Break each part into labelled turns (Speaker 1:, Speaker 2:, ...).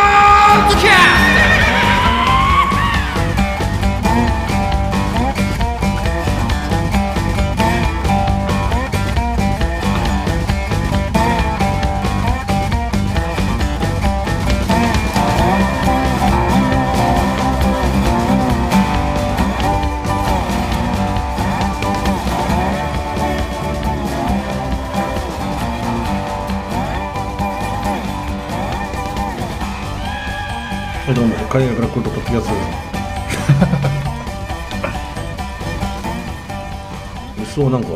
Speaker 1: ッドキャス
Speaker 2: はいどうも海外から来るとポッドキャストですそうなんか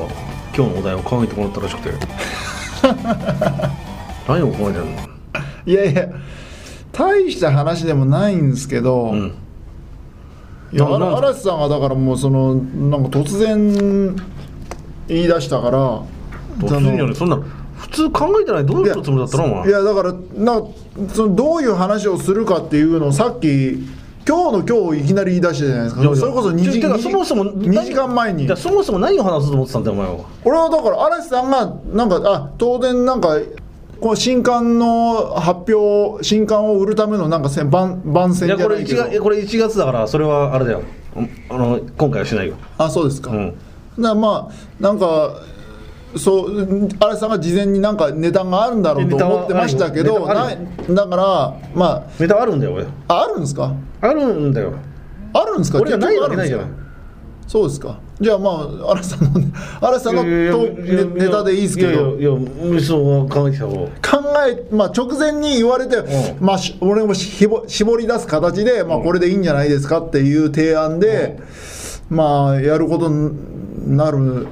Speaker 2: 今日のお題を考えてもらったらしくて何を考えてんの
Speaker 3: いやいや大した話でもないんですけど、
Speaker 2: うん
Speaker 3: いや
Speaker 2: な
Speaker 3: あ
Speaker 2: なん
Speaker 3: ら嵐さんがだからもうそのなんか突然言い出したから
Speaker 2: 突然よねそんな普通考えてないどう
Speaker 3: い
Speaker 2: い
Speaker 3: や
Speaker 2: うつもりだったのお前
Speaker 3: いやだからなんかそのどういう話をするかっていうのをさっき今日の今日いきなり言い出したじゃないですか
Speaker 2: いやいや
Speaker 3: それこそ2
Speaker 2: ち
Speaker 3: 時
Speaker 2: ょてか
Speaker 3: 間
Speaker 2: そもそも
Speaker 3: 2時間前に
Speaker 2: いやそもそも何を話そうと思ってたんだよお前は
Speaker 3: 俺はだから嵐さんがなんかあ当然なんかこの新刊の発表新刊を売るためのなんかせん番番宣
Speaker 2: いや
Speaker 3: じゃ
Speaker 2: これ
Speaker 3: ないけ
Speaker 2: 1
Speaker 3: ど
Speaker 2: 月いやこれ1月だからそれはあれだよあの今回はしないよ
Speaker 3: あそうですか、
Speaker 2: うん
Speaker 3: なまあなんかそううん荒井さんが事前になんか値段があるんだろうと
Speaker 2: ネタは
Speaker 3: 思ってましたけ
Speaker 2: ある
Speaker 3: ど
Speaker 2: よネタはあ
Speaker 3: な
Speaker 2: るよ
Speaker 3: だからま
Speaker 2: ネタあるんだよ俺
Speaker 3: あああるんですか
Speaker 2: あるんだよ
Speaker 3: あるんですか
Speaker 2: 俺がないわけない
Speaker 3: 結
Speaker 2: じゃ
Speaker 3: 局あ
Speaker 2: な
Speaker 3: る
Speaker 2: い
Speaker 3: んですかそうですかじゃあまあ荒井さんの荒井さんのと
Speaker 2: いやいやいや
Speaker 3: ネネタでいいですけど
Speaker 2: いやいやいや無理そう考えてた方
Speaker 3: 考え、まあ、直前に言われて、
Speaker 2: うん
Speaker 3: まあ、し俺もしぼ絞り出す形で、まあ、これでいいんじゃないですかっていう提案で、まあ、やることになる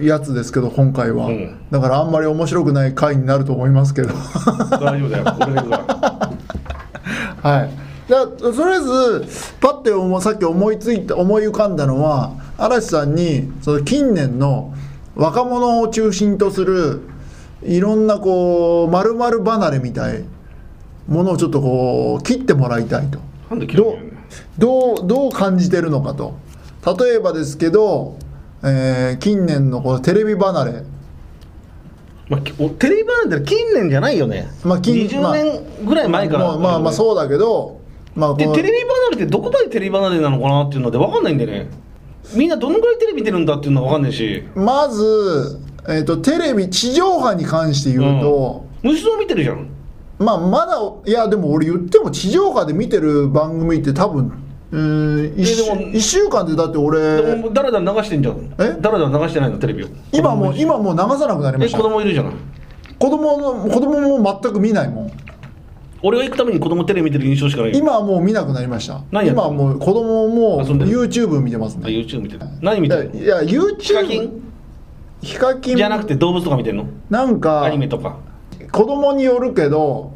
Speaker 3: やつですけど今回は、
Speaker 2: ん
Speaker 3: だからあんまり面白くない回になると思いますけど
Speaker 2: 大丈夫だよこれが
Speaker 3: はいだとりあえずパッて思うさっき思いついた思い浮かんだのは嵐さんにその近年の若者を中心とするいろんなこう丸々離れみたいものをちょっとこう切ってもらいたいと
Speaker 2: なんで切るんだよね
Speaker 3: どうどう感じてるのかと例えばですけど、えー近年のこのテレビ離れ
Speaker 2: まあ、きおテレビ番組って近年じゃないよね、
Speaker 3: まあ近
Speaker 2: 20年ぐらい前から、
Speaker 3: もうまあまあそうだけど、まあ、こ
Speaker 2: で
Speaker 3: の
Speaker 2: テレビ離れってどこまでテレビ離れなのかなっていうので分かんないんだよねみんなどのぐらいテレビ見てるんだっていうのは分かんないし
Speaker 3: まず、えー、とテレビ地上波に関して言うと、
Speaker 2: 虫像見てるじゃん
Speaker 3: まあまだいやでも俺言っても地上波で見てる番組って多分うーん1
Speaker 2: えでも
Speaker 3: 週一週間でだって
Speaker 2: で
Speaker 3: 俺
Speaker 2: もだらだら流してんじゃん
Speaker 3: え
Speaker 2: だらだら流してないのテレビを
Speaker 3: 今もう今もう流さなくなりま
Speaker 2: え
Speaker 3: した
Speaker 2: 子
Speaker 3: 子
Speaker 2: 供いるじゃない
Speaker 3: 供の子供も全く見ないもん
Speaker 2: 俺が行くために子供テレビ見てる印象しかないよ
Speaker 3: 今はもう見なくなりました
Speaker 2: 何やってんの
Speaker 3: 今はもう子供も
Speaker 2: 遊んでる
Speaker 3: YouTube 見てます
Speaker 2: あ
Speaker 3: ね
Speaker 2: YouTube 見てる何見てる
Speaker 3: いやいや
Speaker 2: ヒカ
Speaker 3: YouTube
Speaker 2: キン
Speaker 3: ヒカキン
Speaker 2: じゃなくて動物とか見てるの
Speaker 3: なんか
Speaker 2: アニメとか
Speaker 3: 子供によるけど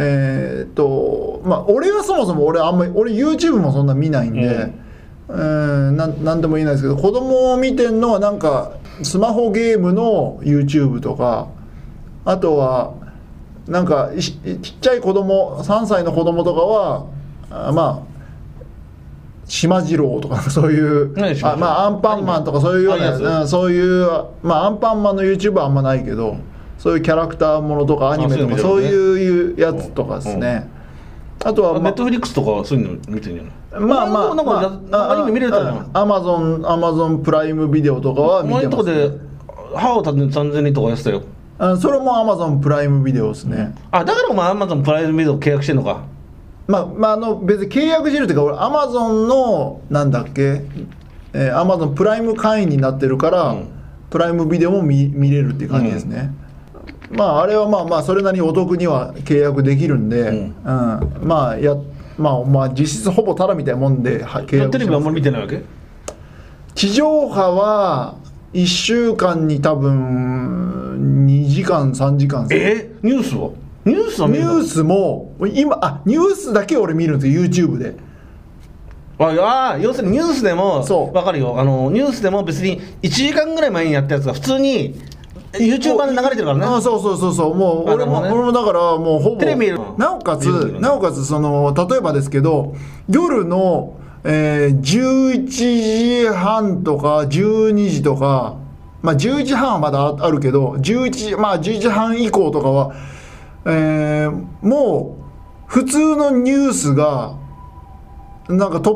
Speaker 3: えーっとまあ俺はそもそも俺あんまり俺 YouTube もそんな見ないん
Speaker 2: う
Speaker 3: で、
Speaker 2: ん
Speaker 3: うーんなんなんでも言えないですけど子供を見てんのはなんかスマホゲームの YouTube とかあとはなんかいしちっちゃい子供3歳の子供とかはあまあ島次郎とか そういう
Speaker 2: 何島次郎
Speaker 3: あ、まあ、アンパンマンとかそういうようなやつ
Speaker 2: ああいうやつ
Speaker 3: うんそういう、まあ、アンパンマンの YouTube はあんまないけどそういうキャラクターものとかアニメとか
Speaker 2: あ
Speaker 3: そ
Speaker 2: そう
Speaker 3: う
Speaker 2: いう
Speaker 3: いうやつとかですねあとは、
Speaker 2: ネ
Speaker 3: ま
Speaker 2: ットフリックスとかそういうの見てるんじゃない
Speaker 3: まあまあ、
Speaker 2: お前のとこなんかアニメ見れるじゃん
Speaker 3: アマゾン、アマゾンプライムビデオとかは
Speaker 2: お
Speaker 3: 見
Speaker 2: 前
Speaker 3: て
Speaker 2: のとこ
Speaker 3: ます、ね
Speaker 2: で。歯を立てて3000人とかやってたよ
Speaker 3: あそれもアマゾンプライムビデオですね。
Speaker 2: あだからお前アマゾンプライムビデオ契約してんのか
Speaker 3: まあ、まあ、あの、別に契約してるというか、俺、アマゾンの、なんだっけ。えアマゾンプライム会員になってるから、
Speaker 2: うん
Speaker 3: プライムビデオも見、見れるっていう感じですね。まあ、あれはまあまあ、それなりにお得には契約できるんで、うんん、まあ、や。まあ、まあ、実質ほぼタダみたいなもんで、は契約
Speaker 2: テ
Speaker 3: してます
Speaker 2: レビあんまり見てないわけ
Speaker 3: 地上波は1週間に多分2時間3時間です
Speaker 2: えニュースはニュースは
Speaker 3: ニ
Speaker 2: 見る
Speaker 3: ュースも今あニュースだけ俺見るんですよ YouTube で
Speaker 2: ああ要するにニュースでも
Speaker 3: そう
Speaker 2: わかるよあのニュースでも別に1時間ぐらい前にやったやつが普通に YouTube 版で流れてるから
Speaker 3: あ
Speaker 2: ね
Speaker 3: そうそうそうそうもう
Speaker 2: あ
Speaker 3: 俺も,、
Speaker 2: なるほどね
Speaker 3: 俺もだからもうほぼ
Speaker 2: テレビ見る
Speaker 3: なおかつ
Speaker 2: 見るけどね
Speaker 3: なおかつその例えばですけど夜の、えー11時半とか12時とかまあ10時半はまだああるけど11時まあ10時半以降とかは、えーもう普通のニュースがなんかトッ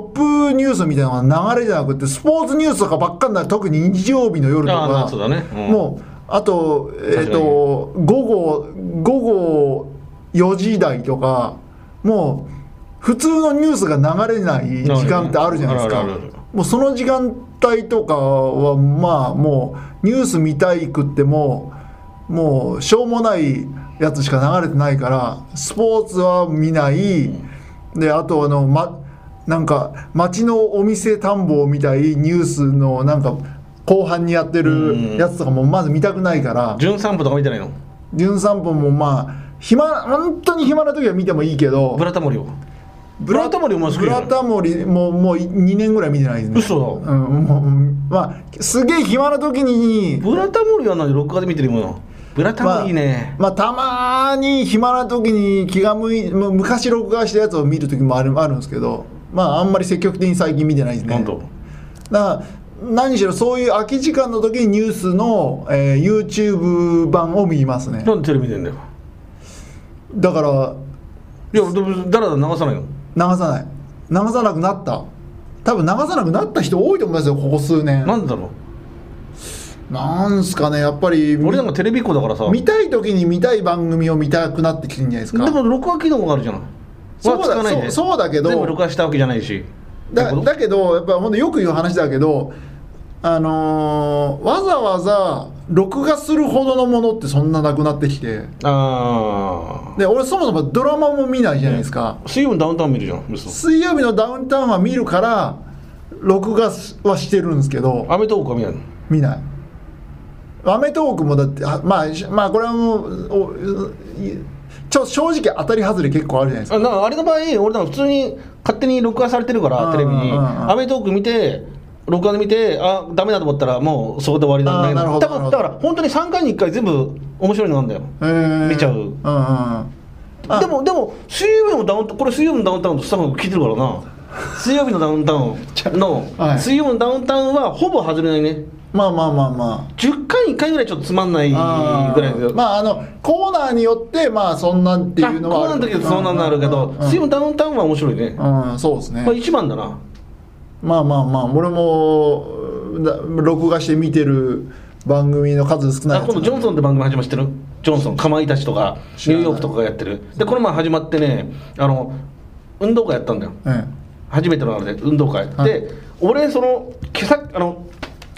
Speaker 3: プニュースみたいなのが流れじゃなくてスポーツニュースとかばっかになる特に日曜日の夜と
Speaker 2: あーまあ
Speaker 3: か
Speaker 2: そうだねうん
Speaker 3: もうあとえっ、
Speaker 2: 確かに
Speaker 3: と午後午後4時台とかもう普通のニュースが流れない時間ってあるじゃないです
Speaker 2: あ
Speaker 3: か
Speaker 2: るあるあるある
Speaker 3: もうその時間帯とかはまあもうニュース見たいくってももうしょうもないやつしか流れてないからスポーツは見ない、であとあの、ま、なんか街のお店探訪みたいニュースのなんか後半にやって
Speaker 2: うん
Speaker 3: るやつとかもまず見たくないから
Speaker 2: 純散歩とか見てないの
Speaker 3: 「純散歩」もまあ暇本当に暇な時は見てもいいけど
Speaker 2: ブラタモリをブ
Speaker 3: ブ
Speaker 2: ラタモリお前好き
Speaker 3: ブ
Speaker 2: じゃ
Speaker 3: ラ
Speaker 2: ん
Speaker 3: タモリももう2年ぐらい見てないですね
Speaker 2: 嘘だ
Speaker 3: うんもううんまあすげえ暇な時に
Speaker 2: ブラタモリは何録画で見てるものブラタモリいいね、
Speaker 3: まあ、たまに暇な時に気が向いもう昔録画したやつを見る時もあるあるんですけどまああんまり積極的に最近見てないですね
Speaker 2: 本当
Speaker 3: だから何しろそういう空き時間の時にニュースの、えー YouTube 版を見ますね
Speaker 2: なんでテレビ見てんだよ
Speaker 3: だから
Speaker 2: いやだらだら流さないの
Speaker 3: 流さない流さなくなった多分流さなくなった人多いと思いますよここ数年
Speaker 2: なんでだろ
Speaker 3: なんすかねやっぱり
Speaker 2: う
Speaker 3: み
Speaker 2: 俺なんかテレビっ子だからさ
Speaker 3: 見たい時に見たい番組を見たくなってきてるんじゃないで
Speaker 2: で
Speaker 3: すか
Speaker 2: も録画機能があるじゃん
Speaker 3: そうだ
Speaker 2: は使わないで
Speaker 3: そうそうだけど
Speaker 2: 全部録画したわけじゃないし
Speaker 3: だ
Speaker 2: ってこ
Speaker 3: だけどやっぱほんとよく言う話だけどあのーわざわざ録画するほどのものってそんななくなってきて
Speaker 2: とあ
Speaker 3: で俺そもそもドラマも見ないじゃないですか、
Speaker 2: あ水曜のダウンタウン見るじゃん嘘
Speaker 3: 水曜日のダウンタウンは見るから録画はしてるんですけど
Speaker 2: アメトーークは見ないの
Speaker 3: 見ないアメトーークもだってあまあしまあこれはもうおいちょ正直当たり外れ結構あるじゃないですか
Speaker 2: あなんかあれの場合俺なんか普通に勝手に録画されてるか
Speaker 3: う
Speaker 2: ら
Speaker 3: ん
Speaker 2: テレビに
Speaker 3: うんうん
Speaker 2: アメトーーク見て録画で見てあダメだと思ったらもうそこで終わりなんだけ
Speaker 3: あーなるほど
Speaker 2: だか
Speaker 3: な
Speaker 2: ら
Speaker 3: るほ
Speaker 2: だ
Speaker 3: ど
Speaker 2: から本当に3回に1回全部面白いのなんだよ
Speaker 3: へー
Speaker 2: 見ちゃうん
Speaker 3: んうんあ
Speaker 2: でもでも水曜日のダウンタウンこれ水曜日のダウンタウンとスタッフが聞いてるからな水曜日のダウンタウン
Speaker 3: は
Speaker 2: の
Speaker 3: い
Speaker 2: 水曜日のダウンタウンはほぼ外れないね
Speaker 3: まあまあまあまあ
Speaker 2: 10回1回ぐらいちょっとつまんないぐ
Speaker 3: あ
Speaker 2: らいで
Speaker 3: ーまああのコーナーによってまあそんなんっていうのは
Speaker 2: あ
Speaker 3: あ
Speaker 2: こうなん
Speaker 3: る
Speaker 2: だけどそんなのあるけど
Speaker 3: うん
Speaker 2: 水曜のダウンタウンは面白いね
Speaker 3: うん、うんそうですね
Speaker 2: これ一番だな
Speaker 3: まあまあまあ俺もだ録画して見てる番組の数少ない
Speaker 2: あ
Speaker 3: やつ
Speaker 2: 今度ジョンソンって番組始まってるジョンソンかまいたちとかニ
Speaker 3: 知ら
Speaker 2: ュー
Speaker 3: ない
Speaker 2: ヨークとかがやってるでこの前始まってねあの運動会やったんだよ
Speaker 3: え
Speaker 2: 初めてのあれで運動会、
Speaker 3: い
Speaker 2: で俺その今朝あの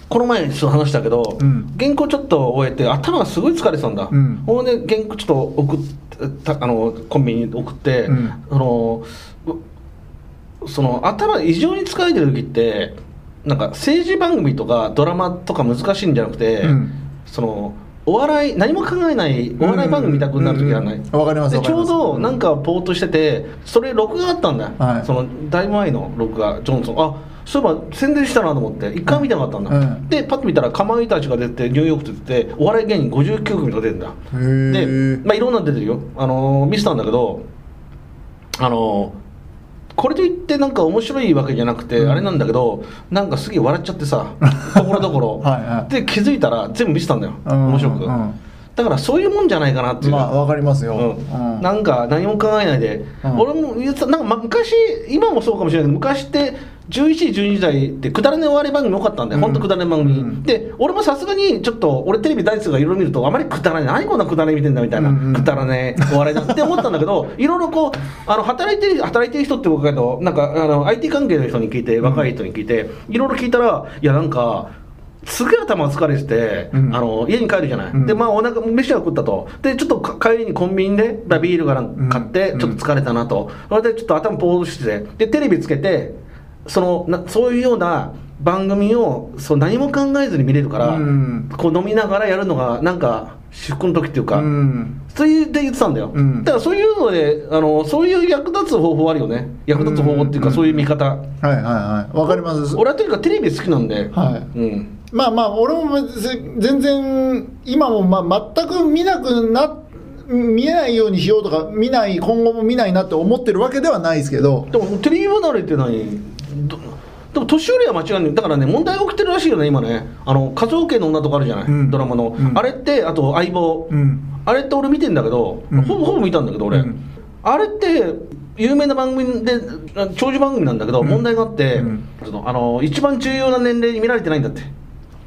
Speaker 2: この前ちょっと話したけど、
Speaker 3: うん
Speaker 2: 原稿ちょっと終えて頭がすごい疲れてたんだ、
Speaker 3: うん
Speaker 2: ほんで原稿ちょっと送ってたあのコンビニに送って、
Speaker 3: うん
Speaker 2: あのうその頭異常に疲れてる時ってなんか政治番組とかドラマとか難しいんじゃなくて、
Speaker 3: うん
Speaker 2: そのお笑い何も考えないお笑い番組見たくなる時がない、
Speaker 3: うんうんうんわかります
Speaker 2: で
Speaker 3: わか
Speaker 2: ち
Speaker 3: り
Speaker 2: ょ
Speaker 3: ま
Speaker 2: う
Speaker 3: す
Speaker 2: どなんかぼーっとしててそれ録画あったんだよ、
Speaker 3: はい
Speaker 2: そのだいぶ前の録画ジョンソンあそういえば宣伝したなと思って一回見たかったんだ、
Speaker 3: うん
Speaker 2: でパッと見たらかまいたちが出てニューヨークって出てお笑い芸人59組が出てんだ
Speaker 3: えへ
Speaker 2: で
Speaker 3: え、
Speaker 2: まあ、いろんなの出てるよ、あのー見せたんだけど、あのーこれといってなんか面白いわけじゃなくて、
Speaker 3: うん
Speaker 2: あれなんだけどなんかすげえ笑っちゃってさ ところどころ
Speaker 3: はいはい
Speaker 2: で気づいたら全部見せたんだよ、
Speaker 3: うん
Speaker 2: 面白く、
Speaker 3: うん
Speaker 2: だからそういうもんじゃないかなっていう、
Speaker 3: まあわかりますよ、
Speaker 2: うんなんか何も考えないで、
Speaker 3: うん
Speaker 2: 俺も言ってたなんかま昔今もそうかもしれないけど昔って11時12時台ってくだらねえ終わり番組多かったんで、
Speaker 3: うん
Speaker 2: ほんとくだらねえ番組、
Speaker 3: うん
Speaker 2: で俺もさすがにちょっと俺テレビ大好きがいろいろ見るとあまりくだらねえ何こんなくだらねえ見てんだみたいな、
Speaker 3: うんうん
Speaker 2: くだらねえお笑いだって思ったんだけ どいろいろこうあの働いてる働いてる人って僕けどなんかあの IT 関係の人に聞いて若い人に聞いて、いろいろ聞いたらいやなんか。すげえ頭疲れてて、
Speaker 3: うん
Speaker 2: あの家に帰るじゃない、
Speaker 3: うん
Speaker 2: でまあお腹飯は食ったとでちょっとか帰りにコンビニでまあビールがなんか買って、
Speaker 3: うん
Speaker 2: ちょっと疲れたなとそれでちょっと頭ポーっとしててでテレビつけてそのなそういうような番組をそう何も考えずに見れるから、
Speaker 3: うん
Speaker 2: こう飲みながらやるのがなんか至福の時っていうか、
Speaker 3: うん
Speaker 2: そういうで言ってたんだよ、
Speaker 3: うん
Speaker 2: だからそういうのであのそういう役立つ方法あるよね役立つ方法っていうか、
Speaker 3: うん
Speaker 2: そういう見方、
Speaker 3: はいはいはいわかります
Speaker 2: 俺はとにかくテレビ好きなんで、
Speaker 3: はい
Speaker 2: うん
Speaker 3: まあまあ俺もぜ全然今もまあ全く見なくな見えないようにしようとか見ない今後も見ないなって思ってるわけではないですけど
Speaker 2: でもテレビ離れって何どでも年寄りは間違いないだからね問題が起きてるらしいよね今ねあの「科捜研の女」とかあるじゃない、
Speaker 3: うん
Speaker 2: ドラマの、
Speaker 3: うん
Speaker 2: あれってあと「相棒」
Speaker 3: うん
Speaker 2: あれって俺見てんだけど、
Speaker 3: うん
Speaker 2: ほぼほぼ見たんだけど俺、
Speaker 3: うん
Speaker 2: あれって有名な番組であ長寿番組なんだけど、問題があって、
Speaker 3: うん
Speaker 2: そのあの一番重要な年齢に見られてないんだって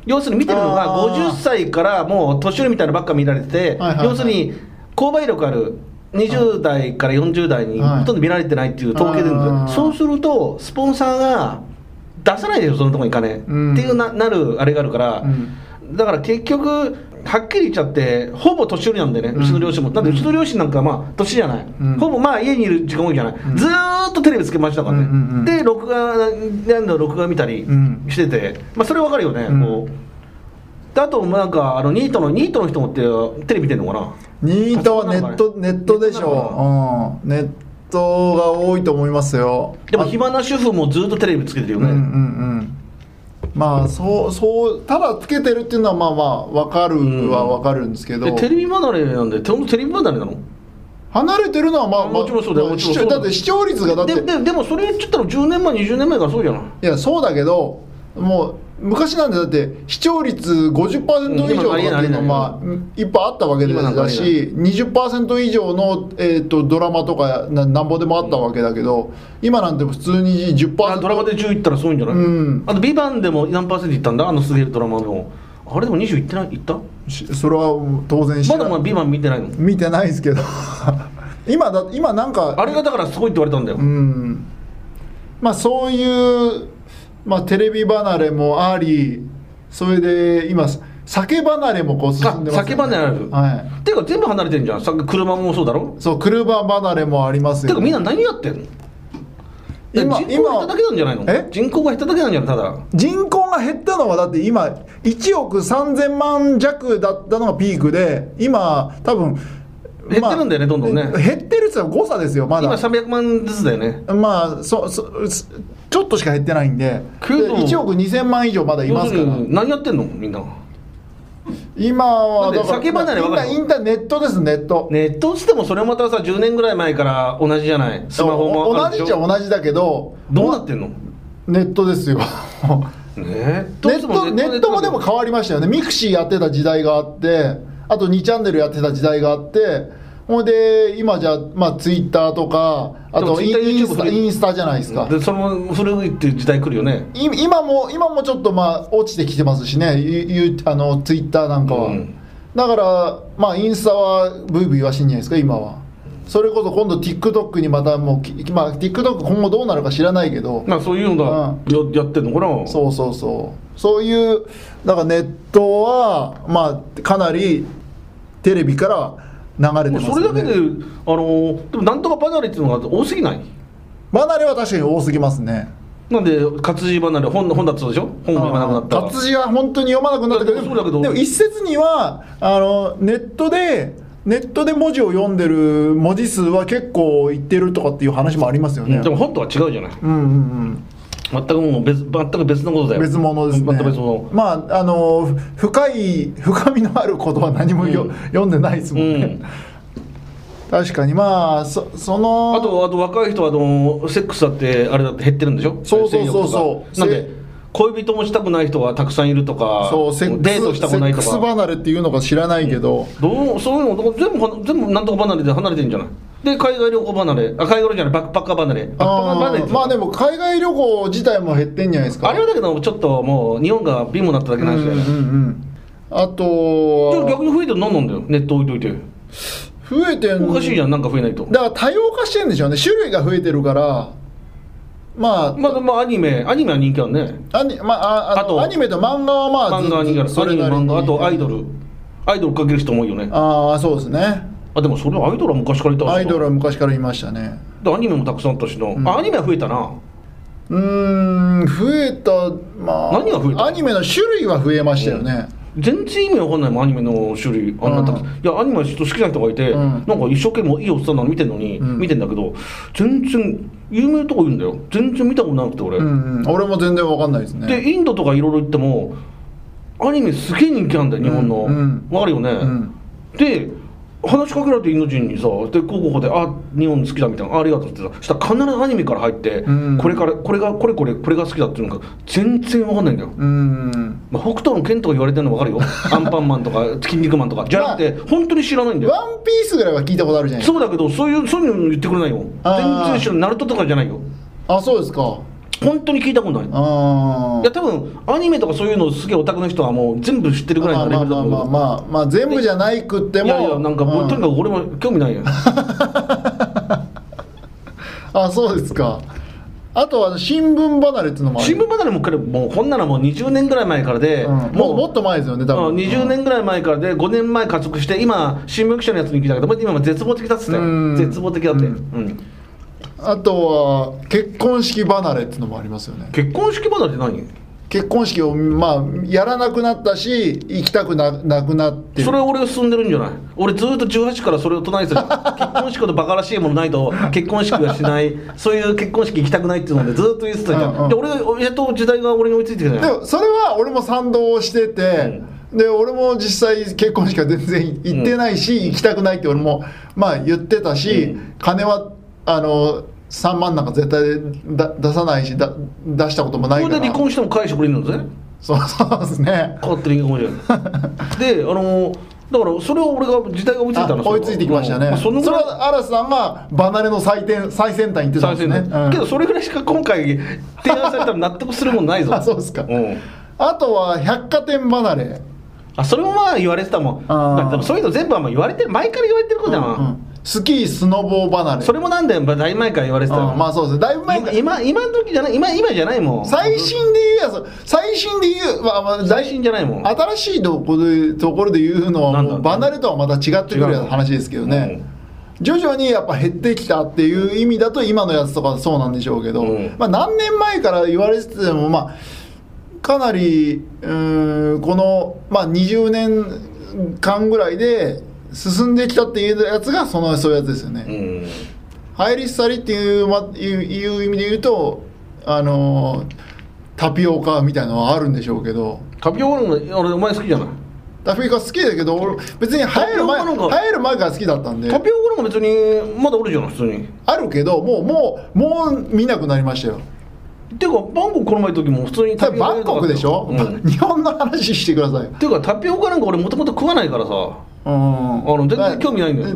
Speaker 2: 要するに見てるのが
Speaker 3: あー
Speaker 2: 50歳からもう年寄りみたいなのばっか見られてて、
Speaker 3: はいはいはい
Speaker 2: 要するに購買力ある20代から40代に
Speaker 3: はい
Speaker 2: ほとんど見られてないっていう統計で出るんですよ
Speaker 3: あー
Speaker 2: そうするとスポンサーが出さないでしょそのとこに金、
Speaker 3: うん
Speaker 2: っていうななるあれがあるから、
Speaker 3: うん
Speaker 2: だから結局はっきり言っちゃってほぼ年寄りなんでね、
Speaker 3: うん
Speaker 2: うちの両親もだってうちの両親なんかまあ年じゃない、
Speaker 3: うん
Speaker 2: ほぼまあ家にいる時間多いじゃない、
Speaker 3: ん
Speaker 2: ずーっとテレビつけましたからね、
Speaker 3: うんうんうん
Speaker 2: で録画何の録画見たり
Speaker 3: うん
Speaker 2: してて、まあそれわかるよね、
Speaker 3: うん
Speaker 2: こうであとなんかあのニートのニートの人もってテレビ見てんのかな
Speaker 3: ニートはネットネットでし
Speaker 2: ネットなのか
Speaker 3: ょう、うん、ネットが多いと思いますよ
Speaker 2: でも
Speaker 3: あ
Speaker 2: 暇な主婦もずーっとテレビつけてるよね、
Speaker 3: うんうんうんまあそうそうただつけてるっていうのはまあまあ分かるは分かるんですけど、
Speaker 2: でテレビ離れなんでほんとテレビ離れなの
Speaker 3: 離れてるのはまあ、まあ、
Speaker 2: もちろんそうだよ
Speaker 3: まあ
Speaker 2: もちろん
Speaker 3: 視
Speaker 2: そう
Speaker 3: 聴
Speaker 2: だ
Speaker 3: だ
Speaker 2: よ
Speaker 3: って視聴率がだって
Speaker 2: でででもそれ言っちゃったら10年前20年前からそうじゃない
Speaker 3: いやそうだけどもう昔なんでだって視聴率50%以上とかっていうのはまあいっぱいあったわけで
Speaker 2: 今なんかあ
Speaker 3: だ
Speaker 2: りえ
Speaker 3: し
Speaker 2: ない
Speaker 3: 20%以上の、えー、とドラマとかななんぼでもあったわけだけど今なんて普通に
Speaker 2: あ
Speaker 3: 10%
Speaker 2: ドラマで10いったらすごいんじゃない、
Speaker 3: うん
Speaker 2: あと「ビバンでも何パーセントいったんだあのすげえドラマでもあれでも20いってないいった
Speaker 3: しそれは当然知ら
Speaker 2: まだまだ「ビバン見てないの
Speaker 3: 見てないですけど 今だ今なんか
Speaker 2: あれがだからすごいって言われたんだよ、
Speaker 3: うんまあそういう、まあ、テレビ離れもありそれで今酒離れもこう進んでますよね、
Speaker 2: あ酒離れある
Speaker 3: はい
Speaker 2: ていうか全部離れてんじゃんさっき車もそうだろ
Speaker 3: そう車離れもあります
Speaker 2: てい
Speaker 3: よ、
Speaker 2: うかみんな何やってんの
Speaker 3: 今
Speaker 2: 人口が減っただけなんじゃないの
Speaker 3: え
Speaker 2: 人口が減っただけなんじゃないただ
Speaker 3: 人口が減ったのはだって今1億3000万弱だったのがピークで今多分
Speaker 2: 減ってるんだよねどんどんね
Speaker 3: え減ってるって言ったら誤差ですよま
Speaker 2: 今
Speaker 3: だ
Speaker 2: 300万ずつだよね
Speaker 3: まあそそすちょっとしか減ってないんで
Speaker 2: けど
Speaker 3: で1億2000万以上まだい
Speaker 2: 要
Speaker 3: ますす
Speaker 2: る
Speaker 3: から
Speaker 2: に何やってんのみんな
Speaker 3: 今は
Speaker 2: だって酒離れ
Speaker 3: まあ
Speaker 2: わかるよ
Speaker 3: インタインターネットですネット
Speaker 2: ネットっつってもそれまたさ10年ぐらい前から同じじゃないスマホもある
Speaker 3: 同
Speaker 2: で
Speaker 3: じ
Speaker 2: しょ
Speaker 3: じゃ同じだけど
Speaker 2: どうなってんの
Speaker 3: ネットです よ
Speaker 2: ネッ
Speaker 3: ネ
Speaker 2: トっつって
Speaker 3: ットネットもでも変わりましたよねミクシーやってた時代があってあと2チャンネルやってた時代があってほんで今じゃまあツイッターとかあ
Speaker 2: でも
Speaker 3: とイ
Speaker 2: Twitter
Speaker 3: ンインス
Speaker 2: YouTube
Speaker 3: タインスタじゃないですか、
Speaker 2: でその古いっていう時代来るよね
Speaker 3: い今も今もちょっとまあ落ちてきてますしねゆゆあのツイッターなんかは、
Speaker 2: うん
Speaker 3: だからまあインスタはブイブイ言わしいんじゃないですか今はそれこそ今度 TikTok にまたもうき、まあ、TikTok 今後どうなるか知らないけど、
Speaker 2: まあそういうのがややってんのかな
Speaker 3: そうそうそうそういうだからネットはまあかなりテレビから流れて
Speaker 2: も
Speaker 3: ま
Speaker 2: う
Speaker 3: す
Speaker 2: そ
Speaker 3: よ
Speaker 2: れだけ
Speaker 3: ね
Speaker 2: で、あのでもなんとか離れっていうのが多すぎない
Speaker 3: 離れは確かに多すぎますね
Speaker 2: なんで活字離れ本本だってそうでしょ本が今なくなったら
Speaker 3: 活字は本当に読まなくなったけ
Speaker 2: いやでもそうだけど
Speaker 3: どでも一説にはあのネットでネットで文字を読んでる文字数は結構いってるとかっていう話もありますよね、
Speaker 2: うんでも本とは違うじゃない
Speaker 3: うんうん
Speaker 2: 全くもう別全く別のことだ
Speaker 3: う
Speaker 2: よ
Speaker 3: ん、別物ですね
Speaker 2: 全く別物
Speaker 3: まああの深い深みのあることは何もよ、
Speaker 2: うん
Speaker 3: 読んでないですもんね、
Speaker 2: うん
Speaker 3: 確かにまあそその
Speaker 2: あとあと若い人はあのセックスだってあれだって減ってるんでしょ
Speaker 3: そうそうそうそう
Speaker 2: 性欲とかなんで恋人もしたくない人がたくさんいるとか
Speaker 3: そうセックス
Speaker 2: デートしたくないと
Speaker 3: セックス
Speaker 2: か
Speaker 3: 離れっていうのか知らないけど、
Speaker 2: どうそういうの全部は全部なんとか離れで離れてんじゃないで海外旅行離れあ海外旅行じゃないバックパッカー離れバックパッカー
Speaker 3: あ
Speaker 2: 離れっ
Speaker 3: ー
Speaker 2: て
Speaker 3: まあでも海外旅行自体も減ってんじゃないですか
Speaker 2: あれはだけどちょっともう日本が貧乏になっただけの話だよね、
Speaker 3: うんうんうん
Speaker 2: じ
Speaker 3: あ
Speaker 2: ゃあ逆
Speaker 3: と
Speaker 2: に増えてるのなんなんだよネット置いといて
Speaker 3: 増えてん
Speaker 2: おかしいじゃんなんか増えないと
Speaker 3: だから多様化してんでしょうね種類が増えてるからまあ、
Speaker 2: まあまあアニメアニメは人気あるね
Speaker 3: アニまあ、ああ
Speaker 2: あと
Speaker 3: のアニメと漫画はまあ
Speaker 2: 漫画は人気ある
Speaker 3: そ
Speaker 2: ア
Speaker 3: れ
Speaker 2: ニメ
Speaker 3: なりに
Speaker 2: 漫画あとアイドルアイドル追っかける人も多いよね
Speaker 3: ああそうですね
Speaker 2: あでもそれはアイドルは昔からいたしな
Speaker 3: アイドルは昔からいましたね
Speaker 2: でアニメもたくさんあったしな、
Speaker 3: ん
Speaker 2: あアニメは増えたな
Speaker 3: うーん増えたまあ
Speaker 2: 何が増えた
Speaker 3: アニメの種類は増えましたよね、
Speaker 2: 全然意味わかんないもんアニメの種類あんなたくさん、いやアニメは人好きな人がいて、
Speaker 3: うん
Speaker 2: なんか一生懸命いいおっさんなの見てんのに、
Speaker 3: ん
Speaker 2: 見てんだけど全然有名とこいるんだよ全然見たことなくて俺、
Speaker 3: うんうん、俺も全然わかんないですね
Speaker 2: でインドとかいろいろ行ってもアニメすげえ人気なんだよ日本の、わ
Speaker 3: うんうん
Speaker 2: かるよね、
Speaker 3: うん
Speaker 2: で話しかけられてインド人にさでこうこうこうで「あ日本好きだ」みたいな「あありがとう」ってさそしたら必ずアニメから入って、
Speaker 3: うん
Speaker 2: これからこれがこれこれこれが好きだっていうのが全然わかんないんだよ、
Speaker 3: うん
Speaker 2: まあ、北斗の剣とか言われてるの分か るよアンパンマンとか「筋肉マン」とかじゃなくて、本当に知らないんだよ
Speaker 3: ワンピースぐらいは聞いたことあるじゃないですか
Speaker 2: そうだけどそういうそういうの言ってくれないよ
Speaker 3: あー
Speaker 2: 全然知らないナルトとかじゃないよ
Speaker 3: あそうですか
Speaker 2: 本当に聞いたことない
Speaker 3: あ
Speaker 2: いや多分アニメとかそういうのすげえオタクの人はもう全部知ってるぐらい
Speaker 3: まあ
Speaker 2: のレ
Speaker 3: ま
Speaker 2: ベ
Speaker 3: あ
Speaker 2: ルだ
Speaker 3: ま
Speaker 2: と
Speaker 3: あ
Speaker 2: 思う
Speaker 3: まあまあ、まあ、全部じゃないくっても
Speaker 2: いやいやなんかもう、とにかく俺も興味ないよ
Speaker 3: あそうですかあとは新聞離れっていうのもある
Speaker 2: 新聞離れもからもうこんなのもう20年ぐらい前からで、
Speaker 3: うんもうもっと前ですよね多分
Speaker 2: うん20年ぐらい前からで5年前加速して今新聞記者のやつに聞いたけど今は絶望的だっつって
Speaker 3: うん
Speaker 2: 絶望的だって、
Speaker 3: う
Speaker 2: うんん
Speaker 3: あとは結婚式離れっていうのもありますよね
Speaker 2: 結婚式離れって何
Speaker 3: 結婚式をまあやらなくなったし行きたくななくなってる
Speaker 2: それ俺進んでるんじゃない俺ずっと18からそれを唱えてたよ結婚式ほどバカらしいものないと結婚式はしないそういう結婚式行きたくないっていうのでずっと言ってたじゃん、
Speaker 3: うんうん
Speaker 2: で俺やっと時代が俺に追いついてきたじ
Speaker 3: で
Speaker 2: ゃん
Speaker 3: もそれは俺も賛同してて、で俺も実際結婚式は全然行ってないし、行きたくないって俺もまあ言ってたし、
Speaker 2: うん
Speaker 3: 金はあの3万なんか絶対だ出さないしだ出したこともない
Speaker 2: こ
Speaker 3: か
Speaker 2: こで
Speaker 3: ら
Speaker 2: 離婚しても返してくれるんだぜ
Speaker 3: そうそうですね
Speaker 2: 変わってるかもしれ ないであのだからそれを俺が時代が追いついた
Speaker 3: あ
Speaker 2: の
Speaker 3: 追いついてきましたね、
Speaker 2: うん
Speaker 3: そ
Speaker 2: その
Speaker 3: れ
Speaker 2: ぐらい
Speaker 3: は嵐さんが離れの最点最先端に行ってたん
Speaker 2: 最
Speaker 3: です
Speaker 2: 先
Speaker 3: ね、
Speaker 2: 端、
Speaker 3: うん
Speaker 2: けどそれぐらいしか今回提案されたら納得するもんないぞ
Speaker 3: あそうですか、
Speaker 2: うん
Speaker 3: あとは百貨店離れ
Speaker 2: あそれもまあ言われてたもん
Speaker 3: あー
Speaker 2: だってでもそういうの全部はまあ言われてる前から言われてることじゃん、
Speaker 3: うんスキースノボー離れ
Speaker 2: それもなんだよまあ大前から言われてたも
Speaker 3: うんんまあそうですねだいぶ前から
Speaker 2: 今今の時じゃない今今じゃないもん
Speaker 3: 最新で言うやつ最新で言う、まあまあ、
Speaker 2: 最
Speaker 3: 大
Speaker 2: 新じゃないもん
Speaker 3: 新しいところでところで言うのは
Speaker 2: なんだ
Speaker 3: もう離れとはまた違ってくる
Speaker 2: 違うの
Speaker 3: 話ですけどね、徐々にやっぱ減ってきたっていう意味だと今のやつとかそうなんでしょうけど、
Speaker 2: うん
Speaker 3: まあ、何年前から言われててもまあかなりうーんこの、まあ、20年間ぐらいで進んできたっていうやつがそのそういうやつですよね、
Speaker 2: うん
Speaker 3: 入り去りっていう,、ま、いういう意味で言うとあのータピオカみたいなのはあるんでしょうけど
Speaker 2: タピオカの方が俺お前好きじゃない
Speaker 3: タピオカ好きだけど俺別に入る前
Speaker 2: タピオカなんか
Speaker 3: 入る前から好きだったんで
Speaker 2: タピオカの方が別にまだおるじゃん普通に
Speaker 3: あるけどもうもうもう見なくなりましたよ
Speaker 2: ていうかバンコクこの前の時も普通に
Speaker 3: た
Speaker 2: タ
Speaker 3: だ
Speaker 2: ピオカ
Speaker 3: バンコクでしょ、
Speaker 2: うん
Speaker 3: 日本の話してください
Speaker 2: っていうかタピオカなんか俺もともと食わないからさ
Speaker 3: うんあ
Speaker 2: の全然興味ないんだよ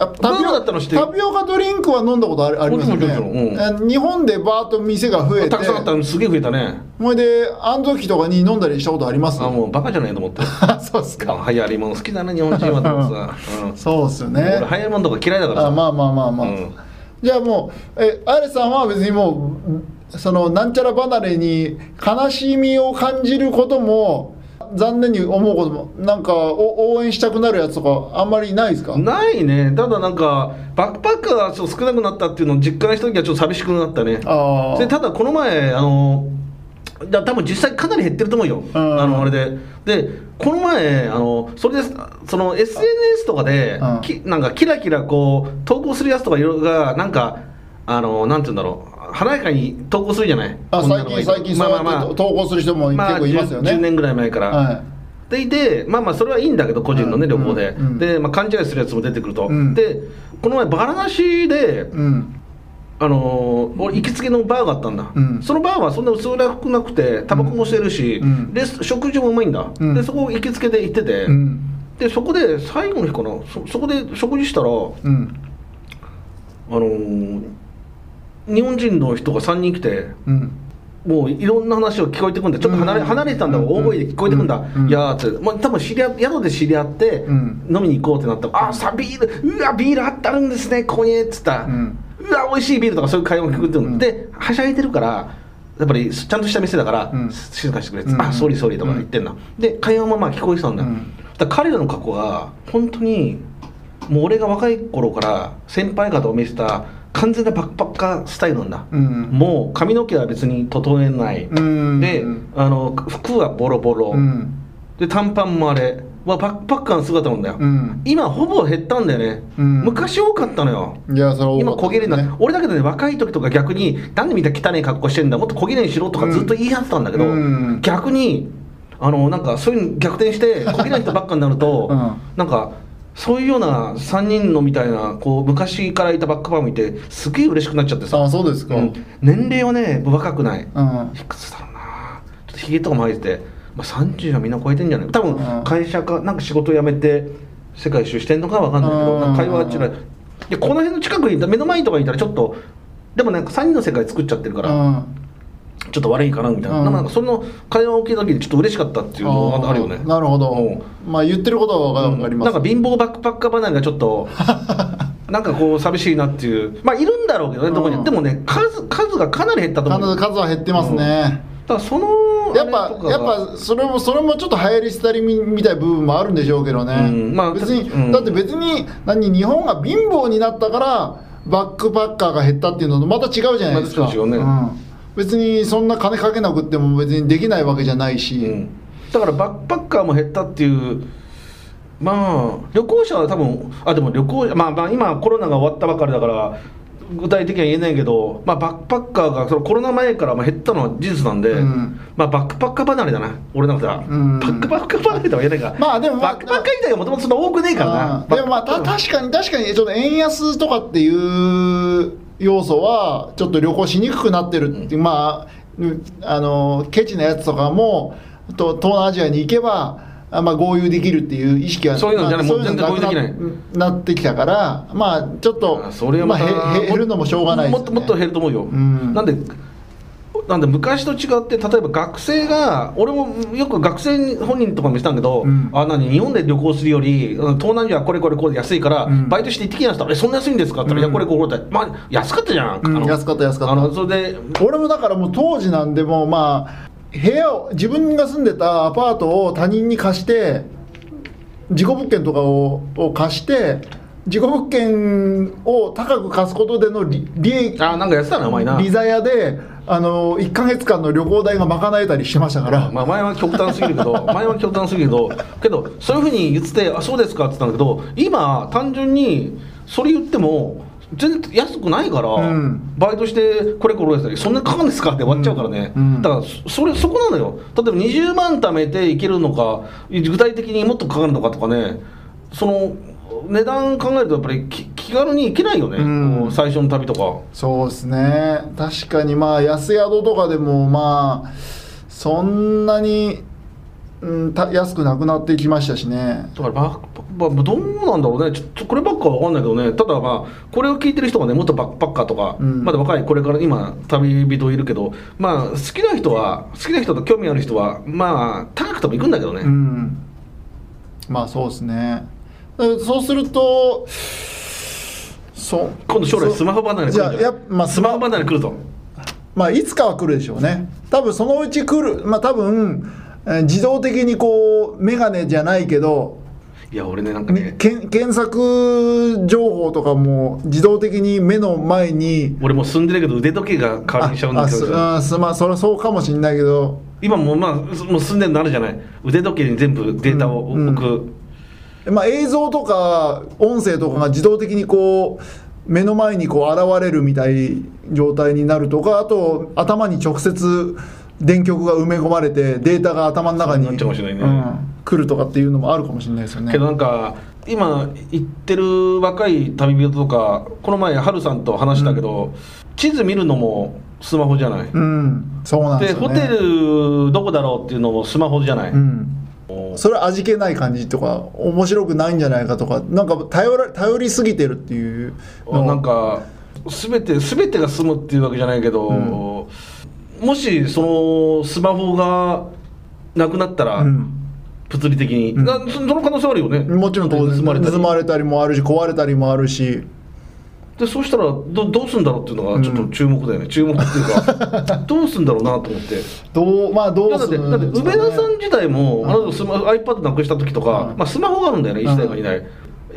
Speaker 3: あタピ
Speaker 2: ブームだ
Speaker 3: オ
Speaker 2: ったの知ってる
Speaker 3: タピオカドリンクは飲んだことありありますよ
Speaker 2: もちろんもちろんうん
Speaker 3: ね、あ日本でバーッと店が増えて
Speaker 2: たくさんあったのすげえ増えたね
Speaker 3: ほいであの時とかに飲んだりしたことあります
Speaker 2: あもうバカじゃないと思って
Speaker 3: あ そうっすか
Speaker 2: 流行りもの好きだな日本人はと思っ てさ、うん
Speaker 3: そうっすよね
Speaker 2: 俺流行りものとか嫌いだから
Speaker 3: あ
Speaker 2: さ
Speaker 3: まあまあまあまあ、
Speaker 2: うん
Speaker 3: じゃあもうえアレさんは別にもうそのなんちゃら離れに悲しみを感じることも残念に思うこともなんかお応援したくなるやつとかあんまりないですか
Speaker 2: ないねただなんかバックパッカーがちょっと少なくなったっていうのを実感した時はちょっと寂しくなったね
Speaker 3: あ
Speaker 2: で
Speaker 3: ー
Speaker 2: ただこの前あのだ多分実際かなり減ってると思うよ、
Speaker 3: ん
Speaker 2: あのあれででこの前あのそれですその SNS とかで、
Speaker 3: うん
Speaker 2: きなんかキラキラこう投稿するやつとかいろいろがなんかあのなんて言うんだろう華やかに投稿するじゃない
Speaker 3: あ
Speaker 2: 女
Speaker 3: 最
Speaker 2: の子が
Speaker 3: 近最近
Speaker 2: ま
Speaker 3: そう
Speaker 2: あ
Speaker 3: や
Speaker 2: ま
Speaker 3: っ
Speaker 2: あ
Speaker 3: て
Speaker 2: まあ
Speaker 3: と投稿する人も結
Speaker 2: まあ
Speaker 3: 構いますよね、
Speaker 2: 10, 年ぐらい前から、
Speaker 3: はい
Speaker 2: でいてまあまあそれはいいんだけど個人のね
Speaker 3: うん
Speaker 2: 旅行で、
Speaker 3: うんうん
Speaker 2: で、まあ、勘違いするやつも出てくると、
Speaker 3: うん
Speaker 2: でこの前バラなしで、
Speaker 3: うん
Speaker 2: あのー俺行きつけのバーがあったんだ、
Speaker 3: うん
Speaker 2: そのバーはそんな薄暗くなくてタバコも吸えるし、
Speaker 3: うん
Speaker 2: レス食事もうまいんだ、
Speaker 3: うん
Speaker 2: でそこ行きつけで行ってて、
Speaker 3: うん
Speaker 2: でそこで最後の日かなそそこで食事したらあの
Speaker 3: うん
Speaker 2: ー日本人の人が3人来て
Speaker 3: うん
Speaker 2: もういろんな話が聞こえてくんだちょっと離れ,、
Speaker 3: うん
Speaker 2: 離れてたんだ大声で聞こえてくんだ、
Speaker 3: うんうん
Speaker 2: いやーつって、まあ、多分知り合宿で知り合って、
Speaker 3: うん
Speaker 2: 飲みに行こうってなったら「あーさビールうわビールあったるんですねここに」っつったら「
Speaker 3: う
Speaker 2: うんわ美味しいビール」とかそういう会話も聞くって、
Speaker 3: うん
Speaker 2: ではしゃいでるからやっぱりちゃんとした店だから、
Speaker 3: うん
Speaker 2: 静かにしてくれっつっ
Speaker 3: う
Speaker 2: て
Speaker 3: ん
Speaker 2: あソーリーソーリー」とか言ってんな、で会話もまあ聞こえてたんだよ、
Speaker 3: うん
Speaker 2: だから彼らの過去が本当にもう俺が若い頃から先輩方を見せた完全なバックパッカースタイルなんだ、
Speaker 3: うん
Speaker 2: もう髪の毛は別に整えない、
Speaker 3: うん
Speaker 2: であの服はボロボロ、
Speaker 3: うん
Speaker 2: で短パンもあれはバックパッカーの姿なんだよ、
Speaker 3: うん
Speaker 2: 今ほぼ減ったんだよね、
Speaker 3: うん
Speaker 2: 昔多かったのよ
Speaker 3: いやそれは多
Speaker 2: 今
Speaker 3: かった
Speaker 2: 小切れになって、俺だけどね若い時とか逆になんでみんな汚い格好してんだもっと小切れにしろとかずっと言い合ってたんだけど、
Speaker 3: うん
Speaker 2: 逆にあのなんかそういうの逆転して小切れな人ばっかになると、
Speaker 3: うん
Speaker 2: なんかそういうような3人のみたいなこう昔からいたバックパームいてすげえ嬉しくなっちゃってさ、
Speaker 3: あそうですか、
Speaker 2: う
Speaker 3: うん
Speaker 2: ん年齢はね若くない、
Speaker 3: うん
Speaker 2: いくつだろうなちょっとひげとかも生えてて、まあ、30はみんな超えてんじゃない多
Speaker 3: う
Speaker 2: 分
Speaker 3: ん
Speaker 2: 会社かなんか仕事辞めて世界一周してんのかわかんないけ
Speaker 3: う
Speaker 2: ど
Speaker 3: ん
Speaker 2: なんか会話あっちらいやこの辺の近くにいた目の前とかにいたらちょっとでもなんか3人の世界作っちゃってるからちょっと悪いかなみたいな,、
Speaker 3: うん
Speaker 2: なんかその会話を聞いた時にちょっと嬉しかったっていうのがあるよね
Speaker 3: ーなるほど、
Speaker 2: う
Speaker 3: まあ言ってることは分かります、
Speaker 2: なんか貧乏バックパッカー離れがちょっ となんかこう寂しいなっていうまあいるんだろうけどねどこに、
Speaker 3: うん
Speaker 2: でもね数数がかなり減ったと
Speaker 3: 数
Speaker 2: 思うだか
Speaker 3: 数は減ってますね、
Speaker 2: らそのあれ
Speaker 3: やっ
Speaker 2: とか
Speaker 3: ぱ
Speaker 2: が
Speaker 3: やっぱそれもそれもちょっと流行り廃りみみたいな部分もあるんでしょうけどね、
Speaker 2: うんまあ
Speaker 3: 別に、
Speaker 2: うん
Speaker 3: だって別に何日本が貧乏になったからバックパッカーが減ったっていうのとまた違うじゃないですか、
Speaker 2: また違うね
Speaker 3: ん別にそんな金かけなくっても別にできないわけじゃないし、
Speaker 2: うんだからバックパッカーも減ったっていうまあ旅行者は多分あでも旅行まあまあ今コロナが終わったばかりだから具体的には言えないけど、まあ、バックパッカーがそのコロナ前からまあ減ったのは事実なんで、
Speaker 3: うん
Speaker 2: まあ、バックパッカー離れだな俺のことは、
Speaker 3: ん
Speaker 2: バックパッカー離れとは言えないから
Speaker 3: まあでもまあ
Speaker 2: バックパッカー自体がもともとそんな多くねえからな
Speaker 3: あーでもまあた確かに確かにちょっと円安とかっていう要素はちょっと旅行しにくくなってるっていう、まあうんあのケチなやつとかもと東南アジアに行けばあまあ合流できるっていう意識は
Speaker 2: そういうのじゃない
Speaker 3: まあ
Speaker 2: もう全然
Speaker 3: そういうの
Speaker 2: 合流で
Speaker 3: なくななってきたからまあちょっと
Speaker 2: あそれは
Speaker 3: ま
Speaker 2: また
Speaker 3: あへへ減るのもしょうがないです
Speaker 2: もっと
Speaker 3: よね
Speaker 2: もっと減ると思うよ、
Speaker 3: ん
Speaker 2: なんでなんで昔と違って例えば学生が俺もよく学生本人とか見せたんだけど、
Speaker 3: うん
Speaker 2: あ何日本で旅行するよりうん東南アジアこれこれこうで安いから、
Speaker 3: うん
Speaker 2: バイトして行ってきなって言ったら「えそんな安いんですか?」って言ったら「いやこれこれこれ」って「まあ安かったじゃん」
Speaker 3: うん
Speaker 2: あの
Speaker 3: 安かった安かった
Speaker 2: あのそれで
Speaker 3: 俺もだからもう当時なんでもうまあ部屋を自分が住んでたアパートを他人に貸して事故物件とかをを貸して事故物件を高く貸すことでの利利益
Speaker 2: あなんかやってたなお前な
Speaker 3: 利ざやであの1か月間の旅行代が賄えたりしてましたから、
Speaker 2: まあ、前は極端すぎるけ ど前は極端すぎるけどけどそういうふうに言ってて「あそうですか」って言ったんだけど今単純にそれ言っても全然安くないから、
Speaker 3: うん
Speaker 2: バイトしてこれこれやったりそんなにかかるんですかって終わっちゃうからね、
Speaker 3: うんうん
Speaker 2: だからそそれそこなのよ例えば20万貯めていけるのか具体的にもっとかかるのかとかねその値段考えるとやっぱりき気軽に行けないよね、
Speaker 3: うん
Speaker 2: こう最初の旅とか。
Speaker 3: そうですね確かにまあ安宿とかでもまあそんなに、うん、た安くなくなってきましたしね
Speaker 2: だからバックパッまあどうなんだろうねちょっとこればっかは分かんないけどねただまあこれを聞いてる人がね元バックパッカーとか、
Speaker 3: うん
Speaker 2: まだ若いこれから今旅人いるけどまあ好きな人は好きな人と興味ある人はまあ高くても行くんだけどね、
Speaker 3: うん、まあそうですねだからそうするとそう
Speaker 2: 今度将来スマホ離れ来るんじゃない
Speaker 3: じゃあやっまあ
Speaker 2: スマホ離れ来ると
Speaker 3: まあいつかは来るでしょうね多分そのうち来るまあ多分えー自動的にこう眼鏡じゃないけど
Speaker 2: いや俺ねなんか
Speaker 3: み
Speaker 2: ね
Speaker 3: けん検索情報とかも自動的に目の前に
Speaker 2: 俺もう住んでるけど腕時計が代わりにしちゃうんだけど
Speaker 3: ああすあすまあそれはそうかもしれないけど
Speaker 2: 今もうまあもう住んでるのあるじゃない腕時計に全部データを置く、
Speaker 3: うまあ、映像とか音声とかが自動的にこう目の前にこう現れるみたい状態になるとかあと頭に直接電極が埋め込まれてデータが頭の中に
Speaker 2: そうなっちゃうかもしれないね
Speaker 3: うん来るとかっていうのもあるかもしれないですよね
Speaker 2: けどなんか今行ってる若い旅人とかこの前ハルさんと話したけど、地図見るのもスマホじゃない、
Speaker 3: うんそうなんで
Speaker 2: です
Speaker 3: よ
Speaker 2: ホ
Speaker 3: ね
Speaker 2: テルどこだろうっていうのもスマホじゃない、
Speaker 3: うんそれは味気ない感じとか面白くないんじゃないかとかなんか頼ら頼りすぎてるっていうの
Speaker 2: なんか全て全てが済むっていうわけじゃないけど、もしそのスマホがなくなったら、
Speaker 3: うん
Speaker 2: 物理的に、
Speaker 3: ん
Speaker 2: なそその可能性あるよね
Speaker 3: もちろん当然
Speaker 2: 盗まれたり
Speaker 3: 盗まれたりもあるし壊れたりもあるし
Speaker 2: でそうしたらどどうするんだろうっていうのがちょっと注目だよね、注目って いうかどうするんだろうなと思って。
Speaker 3: どうまあど
Speaker 2: いや
Speaker 3: う
Speaker 2: だっ
Speaker 3: す
Speaker 2: て
Speaker 3: る
Speaker 2: だって
Speaker 3: です
Speaker 2: 梅
Speaker 3: かね
Speaker 2: 田さん自体も、あなたスマ iPad なくした時とか、
Speaker 3: うん
Speaker 2: まあ、スマホがあるんだよね一台がいない、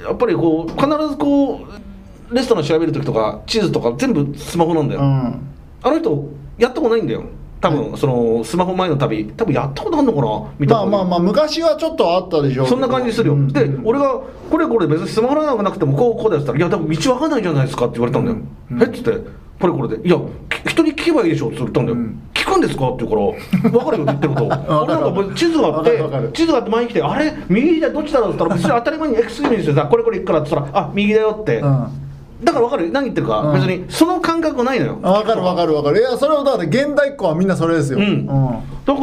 Speaker 2: やっぱりこう必ずこうレストラン調べる時とか地図とか全部スマホなんだよ、
Speaker 3: うん
Speaker 2: あの人やったことないんだよ多分、そのスマホ前の旅多分やったことあるのかなみたい
Speaker 3: ま
Speaker 2: な、
Speaker 3: あまあまあ昔はちょっとあったでしょうけど
Speaker 2: そんな感じするよ、
Speaker 3: うん
Speaker 2: で俺が「これこれ別にスマホなくなくてもこうこうだよ」って言ったら「いや多分道わかんないじゃないですか」って言われたんだよ「
Speaker 3: うん
Speaker 2: えっ?」つって「これこれで」「いやき人に聞けばいいでしょ」って言ったんだよ、
Speaker 3: うん
Speaker 2: 聞く聞くんですか?」って言うから「分かるよ」って言ってること
Speaker 3: わか
Speaker 2: 俺な
Speaker 3: る
Speaker 2: んかもう地図があっ
Speaker 3: わかるわか
Speaker 2: て
Speaker 3: る
Speaker 2: 地図があって前に来て「あれ右左どっちだろう?」って 言ったら別に当たり前に X 線にしてさ「これこれ行くから」って言ったら「あ右だよ」って、
Speaker 3: うん
Speaker 2: だから分かる何言ってるか、
Speaker 3: うん
Speaker 2: 別にその感覚ないのよ
Speaker 3: わかるわかるわかるいやそれはだから現代っ子はみんなそれですよ
Speaker 2: うん
Speaker 3: うん
Speaker 2: だから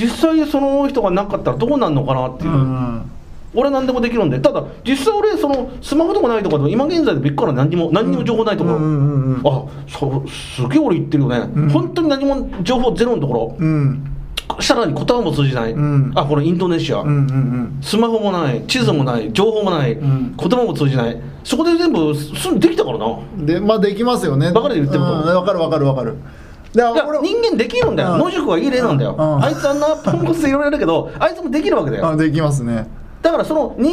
Speaker 2: 実際その人がなかったらどうなんのかなっていう、
Speaker 3: うん
Speaker 2: 俺何でもできるんでただ実際俺そのスマホとかないとかでも今現在でびっくら何にも何にも情報ないところ、
Speaker 3: うんうんうんうん
Speaker 2: あそすげえ俺言ってるよね、
Speaker 3: うん
Speaker 2: 本当に何も情報ゼロのとこ
Speaker 3: うん
Speaker 2: ろさらに言葉も通じない、
Speaker 3: うん
Speaker 2: あこれインドネシア、
Speaker 3: うんうんうん
Speaker 2: スマホもない地図もない情報もない、
Speaker 3: ん
Speaker 2: 言葉も通じないそこで全部すできたからな
Speaker 3: でまあできますよね
Speaker 2: バカで言ってること
Speaker 3: うんわかるわかるわかるだ
Speaker 2: いや
Speaker 3: から俺
Speaker 2: 人間できるんだよ、
Speaker 3: うん
Speaker 2: 野宿はいい例なんだよ、
Speaker 3: うん
Speaker 2: あいつあんなポンコツでいろいろやるけどあいつもできるわけだよ
Speaker 3: あできますね
Speaker 2: だからその人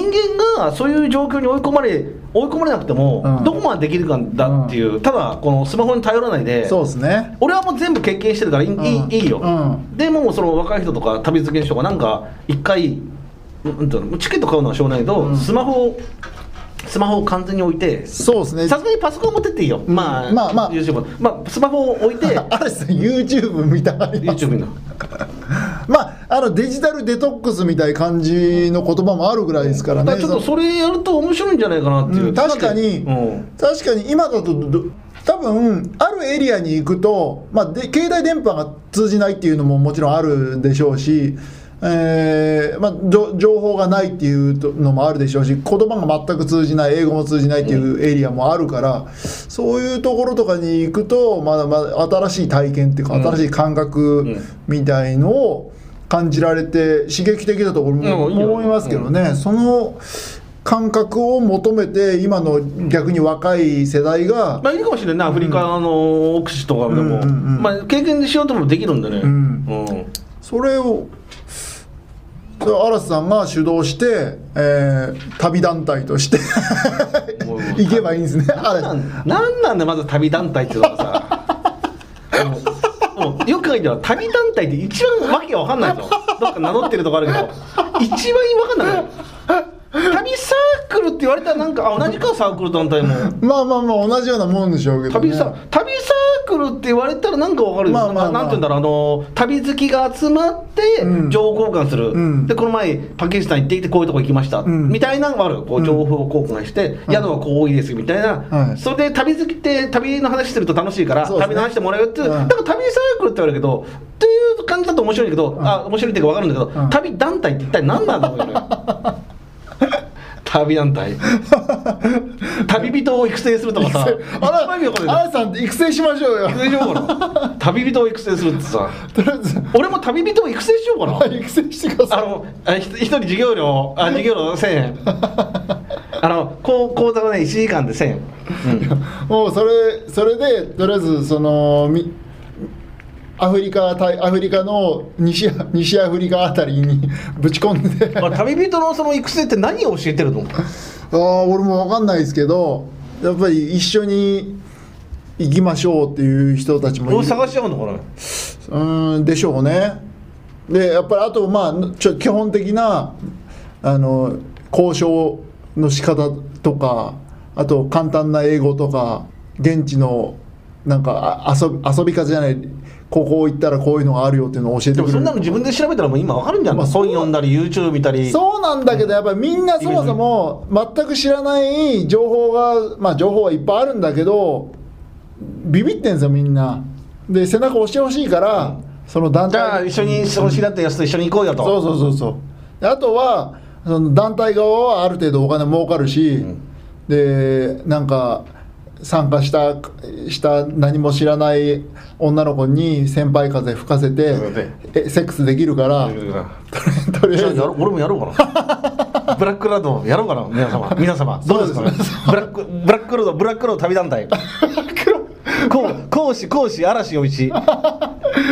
Speaker 2: 間がそういう状況に追い込まれ追い込まれなくても、
Speaker 3: うん
Speaker 2: どこまでできるかだっていう、ただこのスマホに頼らないで
Speaker 3: そうですね
Speaker 2: 俺はもう全部経験してるからいい,、
Speaker 3: うん
Speaker 2: いいよ、
Speaker 3: うん
Speaker 2: でもうその若い人とか旅好きの人がなんか一回なんていうのチケット買うのはしょうがないけど、
Speaker 3: うん
Speaker 2: スマホをスマホを完全に置いてさ
Speaker 3: そうですね
Speaker 2: すがにパソコン持ってっていいよ、
Speaker 3: ん
Speaker 2: まあ
Speaker 3: まあまあ
Speaker 2: YouTube まあスマホを置い て
Speaker 3: 嵐さん YouTube 見たがります
Speaker 2: YouTube 見るの
Speaker 3: まああのデジタルデトックスみたいな感じの言葉もあるぐらいですから
Speaker 2: だか
Speaker 3: ね
Speaker 2: らちょっとそれやると面白いんじゃないかなっていう、
Speaker 3: うん確かに、
Speaker 2: うん
Speaker 3: 確かに今だとど多分あるエリアに行くと、まあ、で携帯電波が通じないっていうのももちろんあるでしょうし、えーまあ、じょ情報がないっていうとのもあるでしょうし言葉が全く通じない英語も通じないっていうエリアもあるから、そういうところとかに行くとまだまだ新しい体験っていうか、
Speaker 2: うん
Speaker 3: 新しい感覚
Speaker 2: ん
Speaker 3: みたいのを感じられて刺激的だと俺も
Speaker 2: うんいいよ
Speaker 3: 思いますけどね。ね、その感覚を求めて今の逆に若い世代が、
Speaker 2: まあいるかもしれないなアフリカの奥地とかでも、
Speaker 3: うんうんうん
Speaker 2: まあ、経験しようともできるんでね、う
Speaker 3: うん
Speaker 2: ん
Speaker 3: それをそれを嵐さんが主導して、えー旅団体として
Speaker 2: もう
Speaker 3: 行けばいいんですね
Speaker 2: な
Speaker 3: 嵐
Speaker 2: んなんなんだまず旅団体っていうのが さもうもうよく考えたら旅団体って一番わけわかんないぞどっか名乗ってるとこあるけど一番わかんない よ旅サークルって言われたらなんかあ同じかサークル団体も
Speaker 3: まあまあまあ同じようなもんでしょうけど、ね、
Speaker 2: 旅サ 旅サークルって言われたらなんかわかるよ、
Speaker 3: まあまあまあ
Speaker 2: ななんて言うんだろうあの旅好きが集まって
Speaker 3: うん
Speaker 2: 情報交換する、
Speaker 3: うん
Speaker 2: でこの前パキスタン行ってきてこういうとこ行きました、
Speaker 3: ん
Speaker 2: みたいなのがあるこ
Speaker 3: うん
Speaker 2: う情報交換して、宿はこういいですよみたいな、
Speaker 3: はい
Speaker 2: それで旅好きって旅の話してると楽しいから、
Speaker 3: そうです
Speaker 2: 旅
Speaker 3: ね
Speaker 2: の話してもらうっていう、
Speaker 3: うん
Speaker 2: だから旅サークルって言われるけどっていう感じだと面白いんだけど、あ面白いっていうかわかるんだけど、
Speaker 3: うん
Speaker 2: 旅団体って一体何なんだろう ね旅団 体旅人を育成するとかさ一番意味わかんな
Speaker 3: あ
Speaker 2: い
Speaker 3: ら嵐さん育成しましょうよ
Speaker 2: 育成しようかな旅人を育成するってさ
Speaker 3: とりあえず
Speaker 2: 俺も旅人を育成しようかな
Speaker 3: 育成してくだ
Speaker 2: あ
Speaker 3: さい
Speaker 2: のあひ一人授業料あ授業料1000円あのこう講座がね1時間で1000円、うん
Speaker 3: もうそれそれでとりあえずそのみアフリカ対アフリカの西ア西アフリカあたりにぶち込んで
Speaker 2: あれ旅人のその育成って何を教えてるの
Speaker 3: ああ俺も分かんないですけどやっぱり一緒に行きましょうっていう人たちもい
Speaker 2: 俺
Speaker 3: る
Speaker 2: 探しちゃうのかな
Speaker 3: うーんでしょうねでやっぱりあとまあちょ基本的なあの交渉の仕方とかあと簡単な英語とか現地のなんかあ遊び遊び方じゃないここ行ったらこういうのがあるよっていうのを教えて
Speaker 2: で
Speaker 3: く
Speaker 2: も
Speaker 3: れ
Speaker 2: そ
Speaker 3: る
Speaker 2: んなの自分で調べたらもう今わかるんじゃん、
Speaker 3: まあ
Speaker 2: 本読んだり YouTube 見たり
Speaker 3: そうなんだけどやっぱりみんなそもそも全く知らない情報がまあ情報はいっぱいあるんだけどビビってんですよみんなで背中押してほしいからその団
Speaker 2: じゃあ
Speaker 3: 体
Speaker 2: 一緒にその知り合ったやつと一緒に行こうよと
Speaker 3: そうそうそうそうであとはその団体側はある程度お金儲かるし、でなんか参加したした何も知らない女の子に先輩風吹かせて、
Speaker 2: そうだね
Speaker 3: えセックスできるから、 とり
Speaker 2: じ
Speaker 3: あ
Speaker 2: ゃあや
Speaker 3: えず
Speaker 2: ろ俺もやろうか なブラックラドやろうかな皆様皆様どうですかねブラックブラックラドブラックラド旅団体こう講師講師嵐陽 一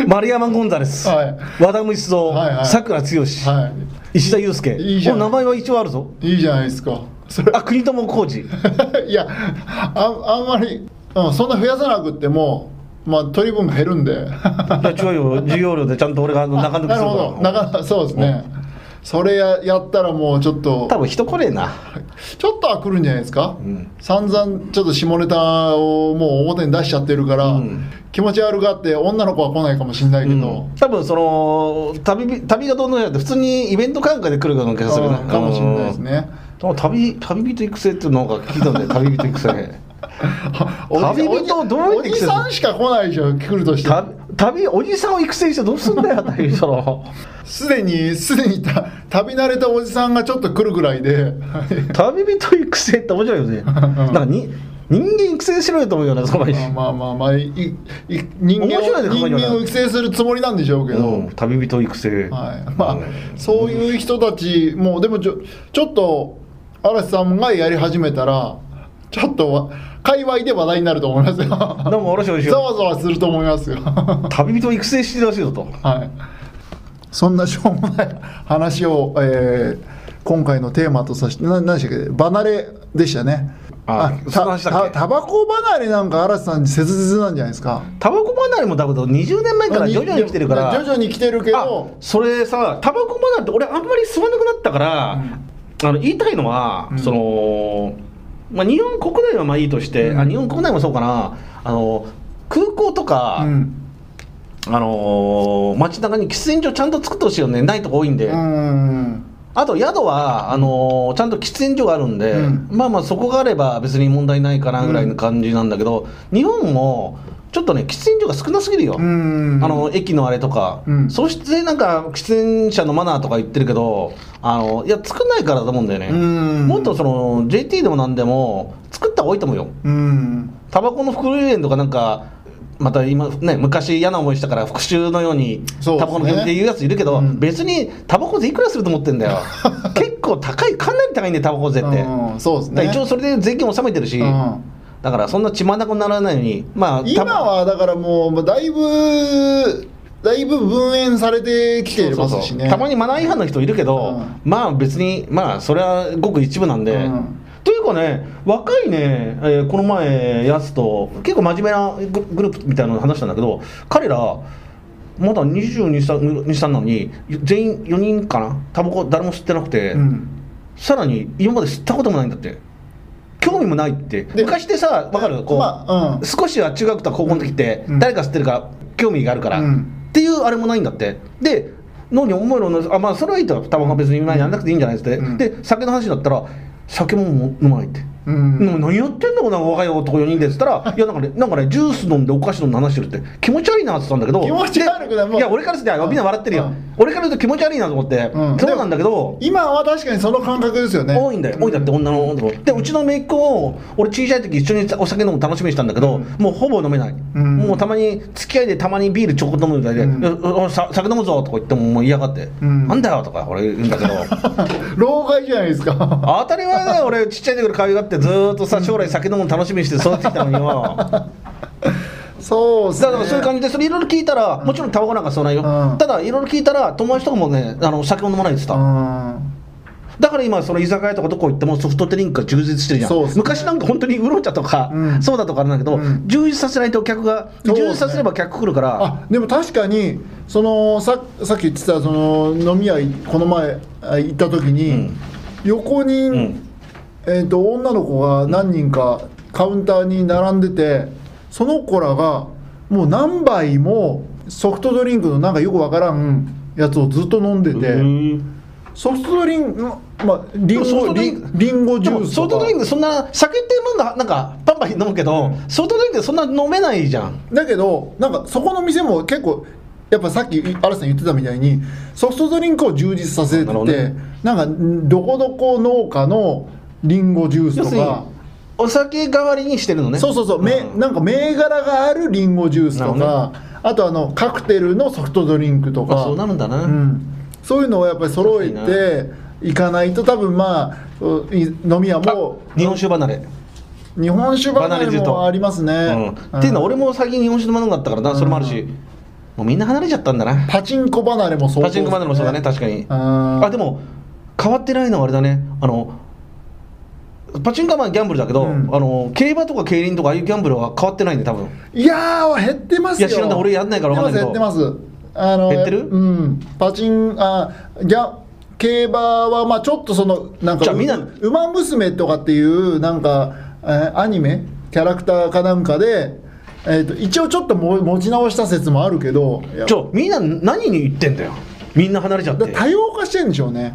Speaker 2: 丸山ゴンザレス、
Speaker 3: はい
Speaker 2: 和田無一蔵、
Speaker 3: はいはい
Speaker 2: さくら剛、石
Speaker 3: はい
Speaker 2: 田祐介
Speaker 3: いいじゃん
Speaker 2: もう名前は一応あるぞ
Speaker 3: いいじゃないですか。 それ
Speaker 2: あ国友浩二
Speaker 3: いやあ、あんまり、うん、そんな増やさなくっても、まあ、取り分が減るんで。
Speaker 2: いや違うよ授業料でちゃんと俺があの中抜きする
Speaker 3: な
Speaker 2: か
Speaker 3: る
Speaker 2: ら
Speaker 3: ほど、なかそうですね。それややったらもうちょっと
Speaker 2: 多分人来ねえな、
Speaker 3: ちょっとは来るんじゃないですか、
Speaker 2: ん
Speaker 3: 散々ちょっと下ネタをもう表に出しちゃってるから、
Speaker 2: うん
Speaker 3: 気持ち悪がって女の子は来ないかもしれないけ
Speaker 2: う
Speaker 3: ど、
Speaker 2: ん、多分その旅旅がどんどんやって普通にイベント感覚で来るかなんかするな
Speaker 3: あーかもしれないですね、
Speaker 2: でも旅旅人育成っていうのが聞いたんで旅人育成
Speaker 3: おじ
Speaker 2: 旅人をどうやっ
Speaker 3: お
Speaker 2: て
Speaker 3: じ
Speaker 2: 育てる
Speaker 3: さんしか来ないでしょ来るとして
Speaker 2: た旅おじさんを育成してどうすんだよっていうその
Speaker 3: すでにすでにた旅慣れたおじさんがちょっと来るぐらいで
Speaker 2: 旅人育成って面白い よねなんかに人間育成しろよと思うよなその
Speaker 3: まあまあまあまあいいい人間
Speaker 2: 面白いね
Speaker 3: を
Speaker 2: 考え
Speaker 3: 人
Speaker 2: れば
Speaker 3: 間を育成するつもりなんでしょうけど、
Speaker 2: うん旅人育成、
Speaker 3: はい、 まあ、
Speaker 2: うん
Speaker 3: そういう人たちもうでもちょちょっと嵐さんがやり始めたらちょっとわ界隈で話題になると思いますよ
Speaker 2: どうもおろしおろし
Speaker 3: ざわざわすると思いますよ は
Speaker 2: 旅人育成してほしいぞと
Speaker 3: いそんなしょうもない話を、えー今回のテーマとさせてな何でしたっけ離れでしたね
Speaker 2: あそんな
Speaker 3: た
Speaker 2: 話だっけ
Speaker 3: たタバコ離れなんか嵐さんに切実なんじゃないですか
Speaker 2: タバコ離れもだけど20年前から徐々に来てるから
Speaker 3: 徐々に来てるけ
Speaker 2: あ
Speaker 3: ど
Speaker 2: それさタバコ離れって俺あんまり吸わなくなったから、あの言いたいのは、
Speaker 3: うん
Speaker 2: その、まあ、日本国内はまあいいとして、
Speaker 3: うん
Speaker 2: あ日本国内もそうかなあの空港とか、
Speaker 3: うん
Speaker 2: あのー街中に喫煙所ちゃんと作ってほしいよねないとこ多いんで、
Speaker 3: うん
Speaker 2: あと宿はあのーちゃんと喫煙所があるんで、
Speaker 3: うん
Speaker 2: まあまあそこがあれば別に問題ないかなぐらいの感じなんだけど、日本もちょっとね喫煙所が少なすぎるよ、
Speaker 3: うん
Speaker 2: あの駅のあれとか、
Speaker 3: うん
Speaker 2: そしてなんか喫煙者のマナーとか言ってるけどあのいや作んないからだと思うんだよね、
Speaker 3: うん
Speaker 2: もっとその JT でも何でも作った方がいいと思うよ
Speaker 3: うん
Speaker 2: タバコの袋入れんとかなんかまた今ね昔嫌な思いしたから復讐のようにタ
Speaker 3: そうで
Speaker 2: バ
Speaker 3: すね
Speaker 2: コの煙って言うやついるけど、
Speaker 3: うん
Speaker 2: 別にタバコ税いくらすると思ってん だよ結構高いかなり高いんだよタバコ税って、
Speaker 3: うんそうです
Speaker 2: だから
Speaker 3: ね
Speaker 2: 一応それで税金納めてるし、
Speaker 3: うん
Speaker 2: だからそんな血まなこにならないようにまあタ
Speaker 3: 今はだからもうまあだいぶだいぶ分煙されてきていますしね
Speaker 2: たまにマナー違反の人いるけど、
Speaker 3: うん
Speaker 2: まあ別にまあそれはごく一部なんで、
Speaker 3: うん
Speaker 2: というかね若いね、えーこの前やつと結構真面目なググループみたいなの話したんだけど彼らまだ2223なのに全員4人かなタバコ誰も吸ってなくて、
Speaker 3: うん
Speaker 2: さらに今まで吸ったこともないんだって興味もないって
Speaker 3: で
Speaker 2: 昔ってさ分かるこう、
Speaker 3: まあうん
Speaker 2: 少しは中学とか高校の時って、
Speaker 3: うん
Speaker 2: 誰か吸ってるから興味があるから、
Speaker 3: うん
Speaker 2: っていうあれもないんだってで脳に思いの同じあまあそれはいいとタバコは別に今やんなくていいんじゃないですって、
Speaker 3: うん
Speaker 2: で酒の話だったら酒もも飲まないって。
Speaker 3: うん
Speaker 2: な何やってんだこの若い男4人でっつった ら「いやなんかねなんかねジュース飲んでお菓子飲んで話してる」って気持ち悪いなって言ったんだけど
Speaker 3: 気持ち悪くな
Speaker 2: で
Speaker 3: いもう
Speaker 2: いや俺からするといやみんな笑ってるよ、
Speaker 3: うん
Speaker 2: 俺からすると気持ち悪いなと思って、
Speaker 3: うん
Speaker 2: そうなんだけど
Speaker 3: 今は確かにその感覚ですよね
Speaker 2: 多いんだよ多いんだって女の子でうちの姪っ子を俺小さい時一緒にお酒飲むの楽しみにしたんだけど、もうほぼ飲めない、
Speaker 3: ん
Speaker 2: もうたまに付き合いでたまにビールちょこっと飲むみたいで「
Speaker 3: うん
Speaker 2: いやおさ酒飲むぞ」とか言ってももう嫌がって「
Speaker 3: うん
Speaker 2: なんだよ」とか俺言うんだけど
Speaker 3: 老害じゃないですか
Speaker 2: 当たり前だよ俺ちっちゃい時から可愛がってずーっとさ将来酒飲むの楽しみにして育ってきたの によだか
Speaker 3: そうですね
Speaker 2: らそういう感じでそれいろいろ聞いたらもちろんタバコなんか吸わないよ、
Speaker 3: うん
Speaker 2: ただいろいろ聞いたら友達とかもねあの酒を飲まないって言ってた、だから今その居酒屋とかどこ行ってもソフトドリンクが充実してるじゃん、
Speaker 3: そうっすね
Speaker 2: 昔なんか本当にウーロン茶とか、
Speaker 3: うん
Speaker 2: そうだとかあれなんだけど、
Speaker 3: うん
Speaker 2: 充実させないとお客が
Speaker 3: そうっすね
Speaker 2: 充実させれば客来るから
Speaker 3: あでも確かにそのささっき言ってたその飲み屋いこの前あ行った時に、
Speaker 2: うん
Speaker 3: 横に、
Speaker 2: ん
Speaker 3: えー、と女の子が何人かカウンターに並んでてその子らがもう何杯もソフトドリンクのなんかよくわからんやつをずっと飲んでて、ソフトドリンクの、まあ、リン
Speaker 2: でもソフ
Speaker 3: ゴ
Speaker 2: トドリ
Speaker 3: リ
Speaker 2: ンク
Speaker 3: ンリンゴ
Speaker 2: で
Speaker 3: ジュ
Speaker 2: も
Speaker 3: ース
Speaker 2: ソ
Speaker 3: と
Speaker 2: フトド
Speaker 3: か
Speaker 2: リンクそんな酒って飲んだなんかパンパン飲むけど、ソフトドリンクそんな飲めないじゃん
Speaker 3: だけどなんかそこの店も結構やっぱさっき嵐さん言ってたみたいにソフトドリンクを充実させて
Speaker 2: なる
Speaker 3: てな,、
Speaker 2: ほどね
Speaker 3: んかどこどこ農家のリンゴジュース
Speaker 2: 要
Speaker 3: と
Speaker 2: するに
Speaker 3: か。
Speaker 2: お酒代わりにしてるのね
Speaker 3: そうそうそう、め
Speaker 2: ん
Speaker 3: なんか銘柄があるリンゴジュースと
Speaker 2: なる
Speaker 3: か、あとあのカクテルのソフトドリンクと
Speaker 2: あ
Speaker 3: か
Speaker 2: そうなるんだな、
Speaker 3: うん、そういうのをやっぱり揃え
Speaker 2: 確か
Speaker 3: ていかないと多分まあうい飲み屋
Speaker 2: あ
Speaker 3: も
Speaker 2: 日本酒離れ
Speaker 3: 日本酒離
Speaker 2: 離れ
Speaker 3: れ
Speaker 2: てると
Speaker 3: もありますね、
Speaker 2: うんっていうのは俺も最近日本酒飲まなかったからな、それもあるしもうみんな離れちゃったんだな
Speaker 3: パチンコ離れもそう
Speaker 2: パチンコまでもそうだね確かに
Speaker 3: あ
Speaker 2: あでも変わってないのはあれだねあのパチンコはまあギャンブルだけど、
Speaker 3: うん
Speaker 2: あの競馬とか競輪とかああいうギャンブルは変わってないんで多分
Speaker 3: いやー減ってますよ
Speaker 2: いや知らん俺やんないからわかんないけど
Speaker 3: 減ってます減ってますあの
Speaker 2: 減ってる
Speaker 3: うんパチンあギャ競馬はまあちょっとそのなんか
Speaker 2: じゃあみんな
Speaker 3: 馬娘とかっていうなんか、えーアニメキャラクターかなんかで、えー、と一応ちょっとも持ち直した説もあるけどいや
Speaker 2: ちょみんな何に言ってんだよみんな離れちゃって
Speaker 3: だ多様化してんでしょうね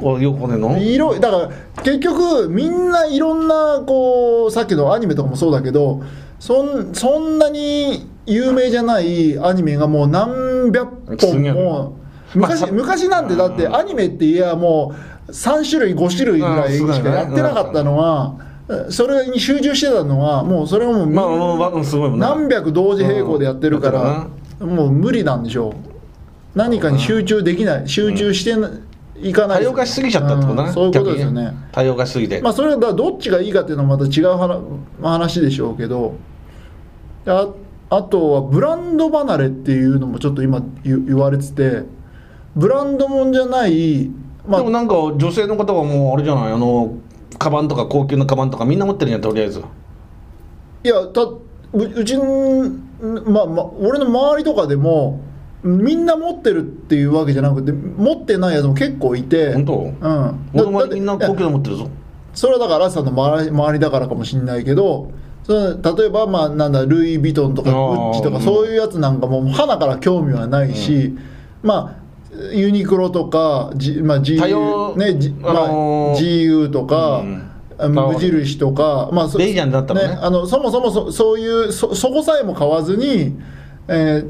Speaker 2: こうよくねの
Speaker 3: いろだから結局みんないろんなこうさっきのアニメとかもそうだけどそんそんなに有名じゃないアニメがもう何百
Speaker 2: す
Speaker 3: 本
Speaker 2: げえ
Speaker 3: も
Speaker 2: まあ
Speaker 3: 昔,、
Speaker 2: さ
Speaker 3: 昔なんてだってアニメっていやもう3種類5種類ぐらいし
Speaker 2: うんそうだ
Speaker 3: か
Speaker 2: よね
Speaker 3: やってなかったのが。それに集中してたのはもうそれはもうみん
Speaker 2: まあまあまあうんすごいもんな
Speaker 3: 何百同時並行でやってるから、もう無理なんでしょう何かに集中できない集中してないかな
Speaker 2: 多
Speaker 3: い
Speaker 2: 様化しすぎちゃったってことな、
Speaker 3: うんそういうことですよ
Speaker 2: 逆
Speaker 3: ね
Speaker 2: に多様化しすぎて、
Speaker 3: まあそれはだどっちがいいかっていうのはまた違う話話でしょうけどああとはブランド離れっていうのもちょっと今言言われててブランドもんじゃないまあ
Speaker 2: でもなんか女性の方はもうあれじゃないあのカバンとか高級なカバンとかみんな持ってるじゃんとりあえず
Speaker 3: いやたううちんまあまあ俺の周りとかでもみんな持ってるっていうわけじゃなくて持ってないやつも結構いて
Speaker 2: 本当
Speaker 3: うんだ
Speaker 2: 俺
Speaker 3: だ
Speaker 2: も
Speaker 3: って
Speaker 2: みんない
Speaker 3: や
Speaker 2: 高級なの持ってるぞ
Speaker 3: それはだからさんの周り周りだからかもしれないけどその例えばまあなんだルイ・ヴィトンとか
Speaker 2: あ
Speaker 3: グ
Speaker 2: ー
Speaker 3: ッチと
Speaker 2: う
Speaker 3: か
Speaker 2: ん
Speaker 3: そういうやつなんかもう花から興味はないし、まあユニクロとか、G まあ、
Speaker 2: 多様
Speaker 3: GU,、ねじまあ
Speaker 2: あのー
Speaker 3: GU とか、
Speaker 2: うん
Speaker 3: あ
Speaker 2: まあ
Speaker 3: 無印とか、まあ、そ
Speaker 2: レイジャンだったもんね
Speaker 3: あのそもそもそそういうそそこさえも買わずに、え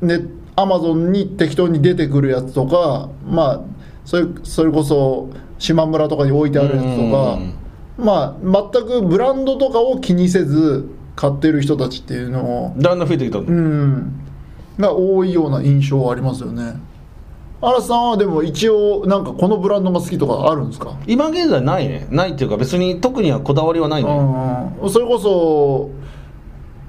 Speaker 3: ーね、アマゾンに適当に出てくるやつとか、まあ、それそれこそ島村とかに置いてあるやつとか
Speaker 2: う、ん
Speaker 3: まあ、全くブランドとかを気にせず買ってる人たちっていうのを、
Speaker 2: だんだん増えてきた、
Speaker 3: うん、が多いような印象はありますよね。嵐さんはでも一応なんかこのブランドが好きとかあるんですか
Speaker 2: 今現在ないねないっていうか別に特にはこだわりはないね、
Speaker 3: うん、それこそ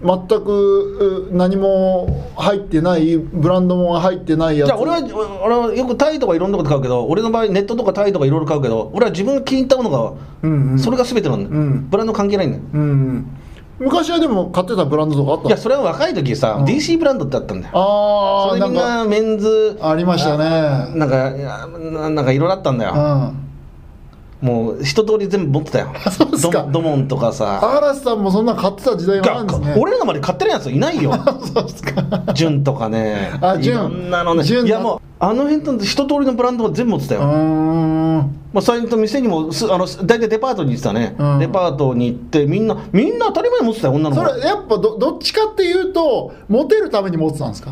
Speaker 3: 全くう何も入ってないブランドも入ってないやつ
Speaker 2: じゃあ俺は俺はよくタイとかいろんなこと買うけど俺の場合ネットとかタイとかいろいろ買うけど俺は自分が気に入ったもの
Speaker 3: うんう
Speaker 2: が
Speaker 3: ん
Speaker 2: それが全てなんだよ、
Speaker 3: うん
Speaker 2: ブランド関係ないんだよ
Speaker 3: うんうん昔はでも買ってたブランドとかあったの
Speaker 2: いやそれは若い時さ、
Speaker 3: うん
Speaker 2: DC ブランドってあったんだよ
Speaker 3: あ
Speaker 2: そ
Speaker 3: あ
Speaker 2: れ
Speaker 3: な
Speaker 2: でみんなメ
Speaker 3: んか
Speaker 2: ンズ
Speaker 3: ありましたね
Speaker 2: なんかいやななんかいろいろあったんだよ、
Speaker 3: うん
Speaker 2: もう一通り全部持ってたよ
Speaker 3: そうっすか
Speaker 2: ドドモンとかさ
Speaker 3: 嵐さんもそんな買ってた時代があるんですね
Speaker 2: 俺らまで買ってないやついない よジュンとかね
Speaker 3: あジュン
Speaker 2: いろんなのね
Speaker 3: ジュン
Speaker 2: いやもうあの辺と一通りのブランドが全部持ってた
Speaker 3: う
Speaker 2: よ、
Speaker 3: ーん
Speaker 2: まあ、最近と店にもすあのす大体デパートに行ってたね、
Speaker 3: うん
Speaker 2: デパートに行ってみんなみんな当たり前に持ってたよ女の子
Speaker 3: それやっぱどどっちかっていうとモテるために持ってたんですか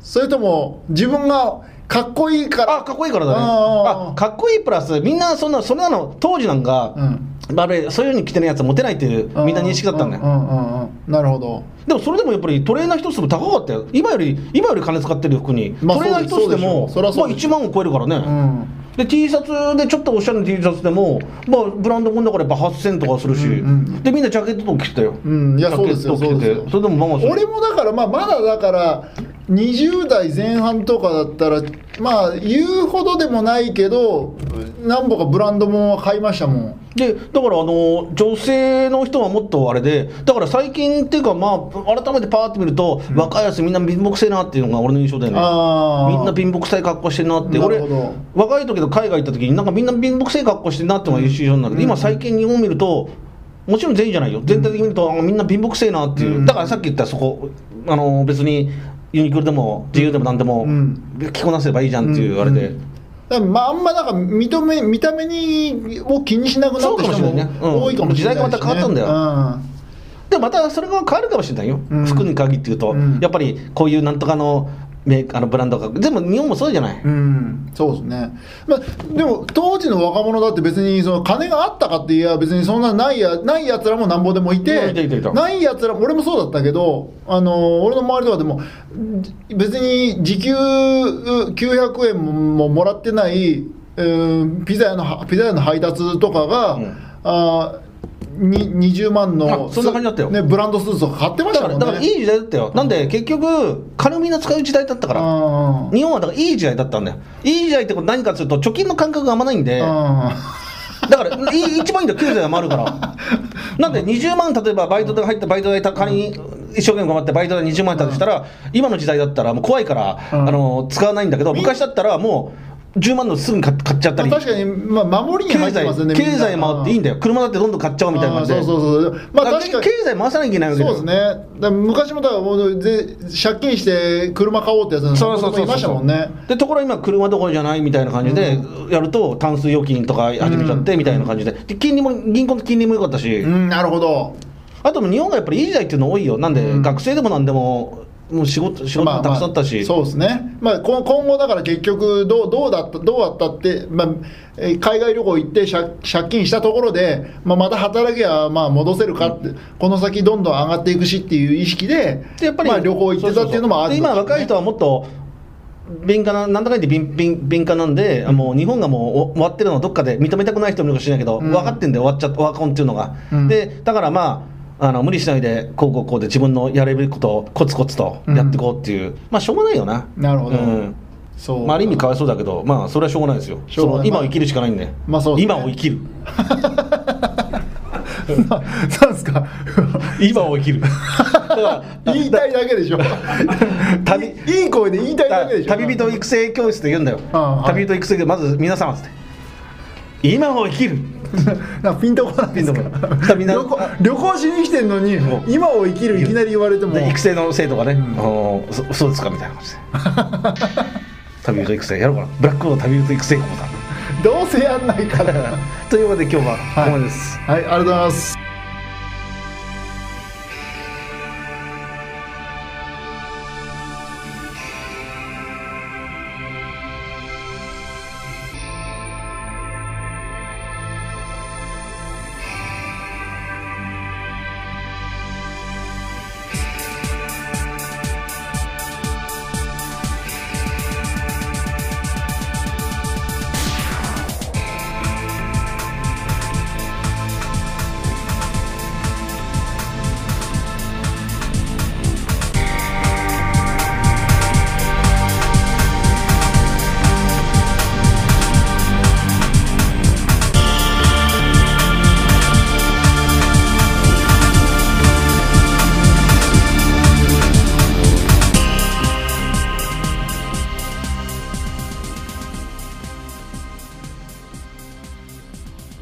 Speaker 3: それとも自分がかっこいいから
Speaker 2: あかっこいいからだね
Speaker 3: あー
Speaker 2: あかっこいいプラスみんなそんなそれなの当時なんか、
Speaker 3: うん
Speaker 2: あれそういうふうに着てるやつはモテないっていうみんな認識だったんだよ、
Speaker 3: ううんうんうんなるほど
Speaker 2: でもそれでもやっぱりトレーナー一つでも高かったよ今より今より金使ってる服に、
Speaker 3: まあ
Speaker 2: トレーナー一つでも
Speaker 3: そうでしょ
Speaker 2: ま
Speaker 3: そ
Speaker 2: あ、
Speaker 3: りゃそうでしょ
Speaker 2: 1万を超えるからね、
Speaker 3: うん
Speaker 2: で T シャツでちょっとおしゃれな T シャツでも、まあ、ブランドもんだからやっぱ8000とかするし、
Speaker 3: うんうん
Speaker 2: でみんなジャケットとか着てたよ、
Speaker 3: うんいやそうですよ
Speaker 2: ジャケット着てて
Speaker 3: そうですよ
Speaker 2: それでもまあまあ
Speaker 3: 俺もだから、まあ、まだだから20代前半とかだったらまあ言うほどでもないけど何本かブランドもんは買いましたもん
Speaker 2: でだからあの女性の人はもっとあれでだから最近っていうかまあ改めてパーって見ると、若いやつみんな貧乏くせえなっていうのが俺の印象だよね
Speaker 3: ああ
Speaker 2: みんな貧乏くさい格好してるなって
Speaker 3: な
Speaker 2: 俺
Speaker 3: るほど
Speaker 2: 若い時と海外行った時になんかみんな貧乏くさい格好してるなってのが印象なんだけど、今最近日本見るともちろん全員じゃないよ全体的に見ると、あみんな貧乏くせえなっていう、
Speaker 3: うん
Speaker 2: だからさっき言ったそこあの別にユニクロでも自由でもなんでも、
Speaker 3: うん
Speaker 2: 着こなせばいいじゃんっていうあれで、
Speaker 3: うんだからまああんまなんか見た目見た目にを気にしなくなった
Speaker 2: そう
Speaker 3: 人
Speaker 2: かもしれないねうん
Speaker 3: も多いかもしれな
Speaker 2: 時代
Speaker 3: いしね、
Speaker 2: がまた変わったんだよ
Speaker 3: よ、
Speaker 2: でまたそれが変わるかもしれないよ、
Speaker 3: うん
Speaker 2: 服に限って言うと、
Speaker 3: うん
Speaker 2: やっぱりこういうなんとかのメーカーあのブランドが全部日本もそうじゃない、
Speaker 3: うん、そうですね、まあ、でも当時の若者だって別にその金があったかって言えば別にそんなないやないやつらもなんぼでもいて
Speaker 2: いたいたいた
Speaker 3: ないやつらも俺もそうだったけど、あのー俺の周りとかでもじ別に時給う900円もももらってない、うんピザ屋のはピザ屋の配達とかが、
Speaker 2: うん
Speaker 3: あーに20万の
Speaker 2: あそんな感じだったよ
Speaker 3: ね、ブランドスーツとか買ってまし
Speaker 2: だ
Speaker 3: た
Speaker 2: か
Speaker 3: も
Speaker 2: らだか
Speaker 3: んね
Speaker 2: らいい時代だったよ、なんで結局金をみんな使う時代だったから、
Speaker 3: うん
Speaker 2: 日本はだからいい時代だったんだよいい時代ってこと何かっていうと貯金の感覚があんまないんでだ
Speaker 3: う
Speaker 2: からい一番いいんだよ90代余るからなんで20万例えばバイトで入ったバイト代仮に一生懸命頑張ってバイト代20万円だとしたら今の時代だったらもう怖いから
Speaker 3: うん
Speaker 2: あの使わないんだけど昔だったらもう10万のすぐに買っ買っちゃった
Speaker 3: まあ
Speaker 2: り
Speaker 3: 確かに、まあ、守りに入
Speaker 2: 経
Speaker 3: って
Speaker 2: 済
Speaker 3: ますよね
Speaker 2: 経済回っていいん
Speaker 3: だ
Speaker 2: だよ
Speaker 3: よ
Speaker 2: 車だってどんどん買っちゃおうみたいな感じで
Speaker 3: そうそうそうまあ確かに
Speaker 2: 経済回さなきゃいけないわけだよ
Speaker 3: そうですねだから昔もだからもうぜ借金して車買おうってやつなんて
Speaker 2: そうそうそう
Speaker 3: いました
Speaker 2: そ
Speaker 3: も
Speaker 2: うん
Speaker 3: ね
Speaker 2: でところが今車どころじゃないみたいな感じでやると単数預金とか始めちゃってみたいな感じでで金利も銀行の金利も良かったし
Speaker 3: うんなるほど
Speaker 2: あともう日本がやっぱりいい時代っていうの多いよなんで
Speaker 3: ん
Speaker 2: 学生でもなんでももう仕事仕事もたくさんあったし
Speaker 3: そうですね、まあ、今今後だから結局どうどうだったどうだったって、まあ、えー海外旅行行って借借金したところで、まあ、また働けばまあ戻せるかって、この先どんどん上がっていくしっていう意識で
Speaker 2: でやっぱり、
Speaker 3: まあ、旅行行ってたっていうのもある
Speaker 2: そそそで今若い人はもっと敏感ななんだかんだ言って敏敏敏感なんで、あもう日本がもうお終わってるのをどっかで認めたくない人もいるかもしれないけど、
Speaker 3: うん
Speaker 2: 分かってんだよ終わっちゃったオワコンっていうのが、
Speaker 3: うん
Speaker 2: でだからまああの無理しないでこうこうこうで自分のやれることをコツコツとやっていこうっていう、まあしょうがないよな
Speaker 3: なるほど
Speaker 2: うん
Speaker 3: そう
Speaker 2: まあ、ある意味かわいそうだけどまあそれはしょうがないですよ
Speaker 3: しょうがない
Speaker 2: その今を生きるしかないんで,、
Speaker 3: まあそうですね
Speaker 2: 今を生 きる
Speaker 3: ななんですか
Speaker 2: 今を生きるだから
Speaker 3: 言いたいだけでしょ
Speaker 2: 旅
Speaker 3: いいい声で言いたいだけでしょ
Speaker 2: 旅人育成教室で言うんだよ、
Speaker 3: ああはい
Speaker 2: 旅人育成でまず皆様っつって今を生きる
Speaker 3: なんかピンとこないですか
Speaker 2: ピンとこないみんな
Speaker 3: 旅行旅行しに来てんのに
Speaker 2: うん
Speaker 3: 今を生きるいきなり言われても
Speaker 2: で育成の生徒がね、あのそそうですかみたいな感じで 旅人育成やろうかなブラックホール旅人育成講座
Speaker 3: どうせやんないから
Speaker 2: というわけで今日はここまでです、
Speaker 3: はいありがとうございます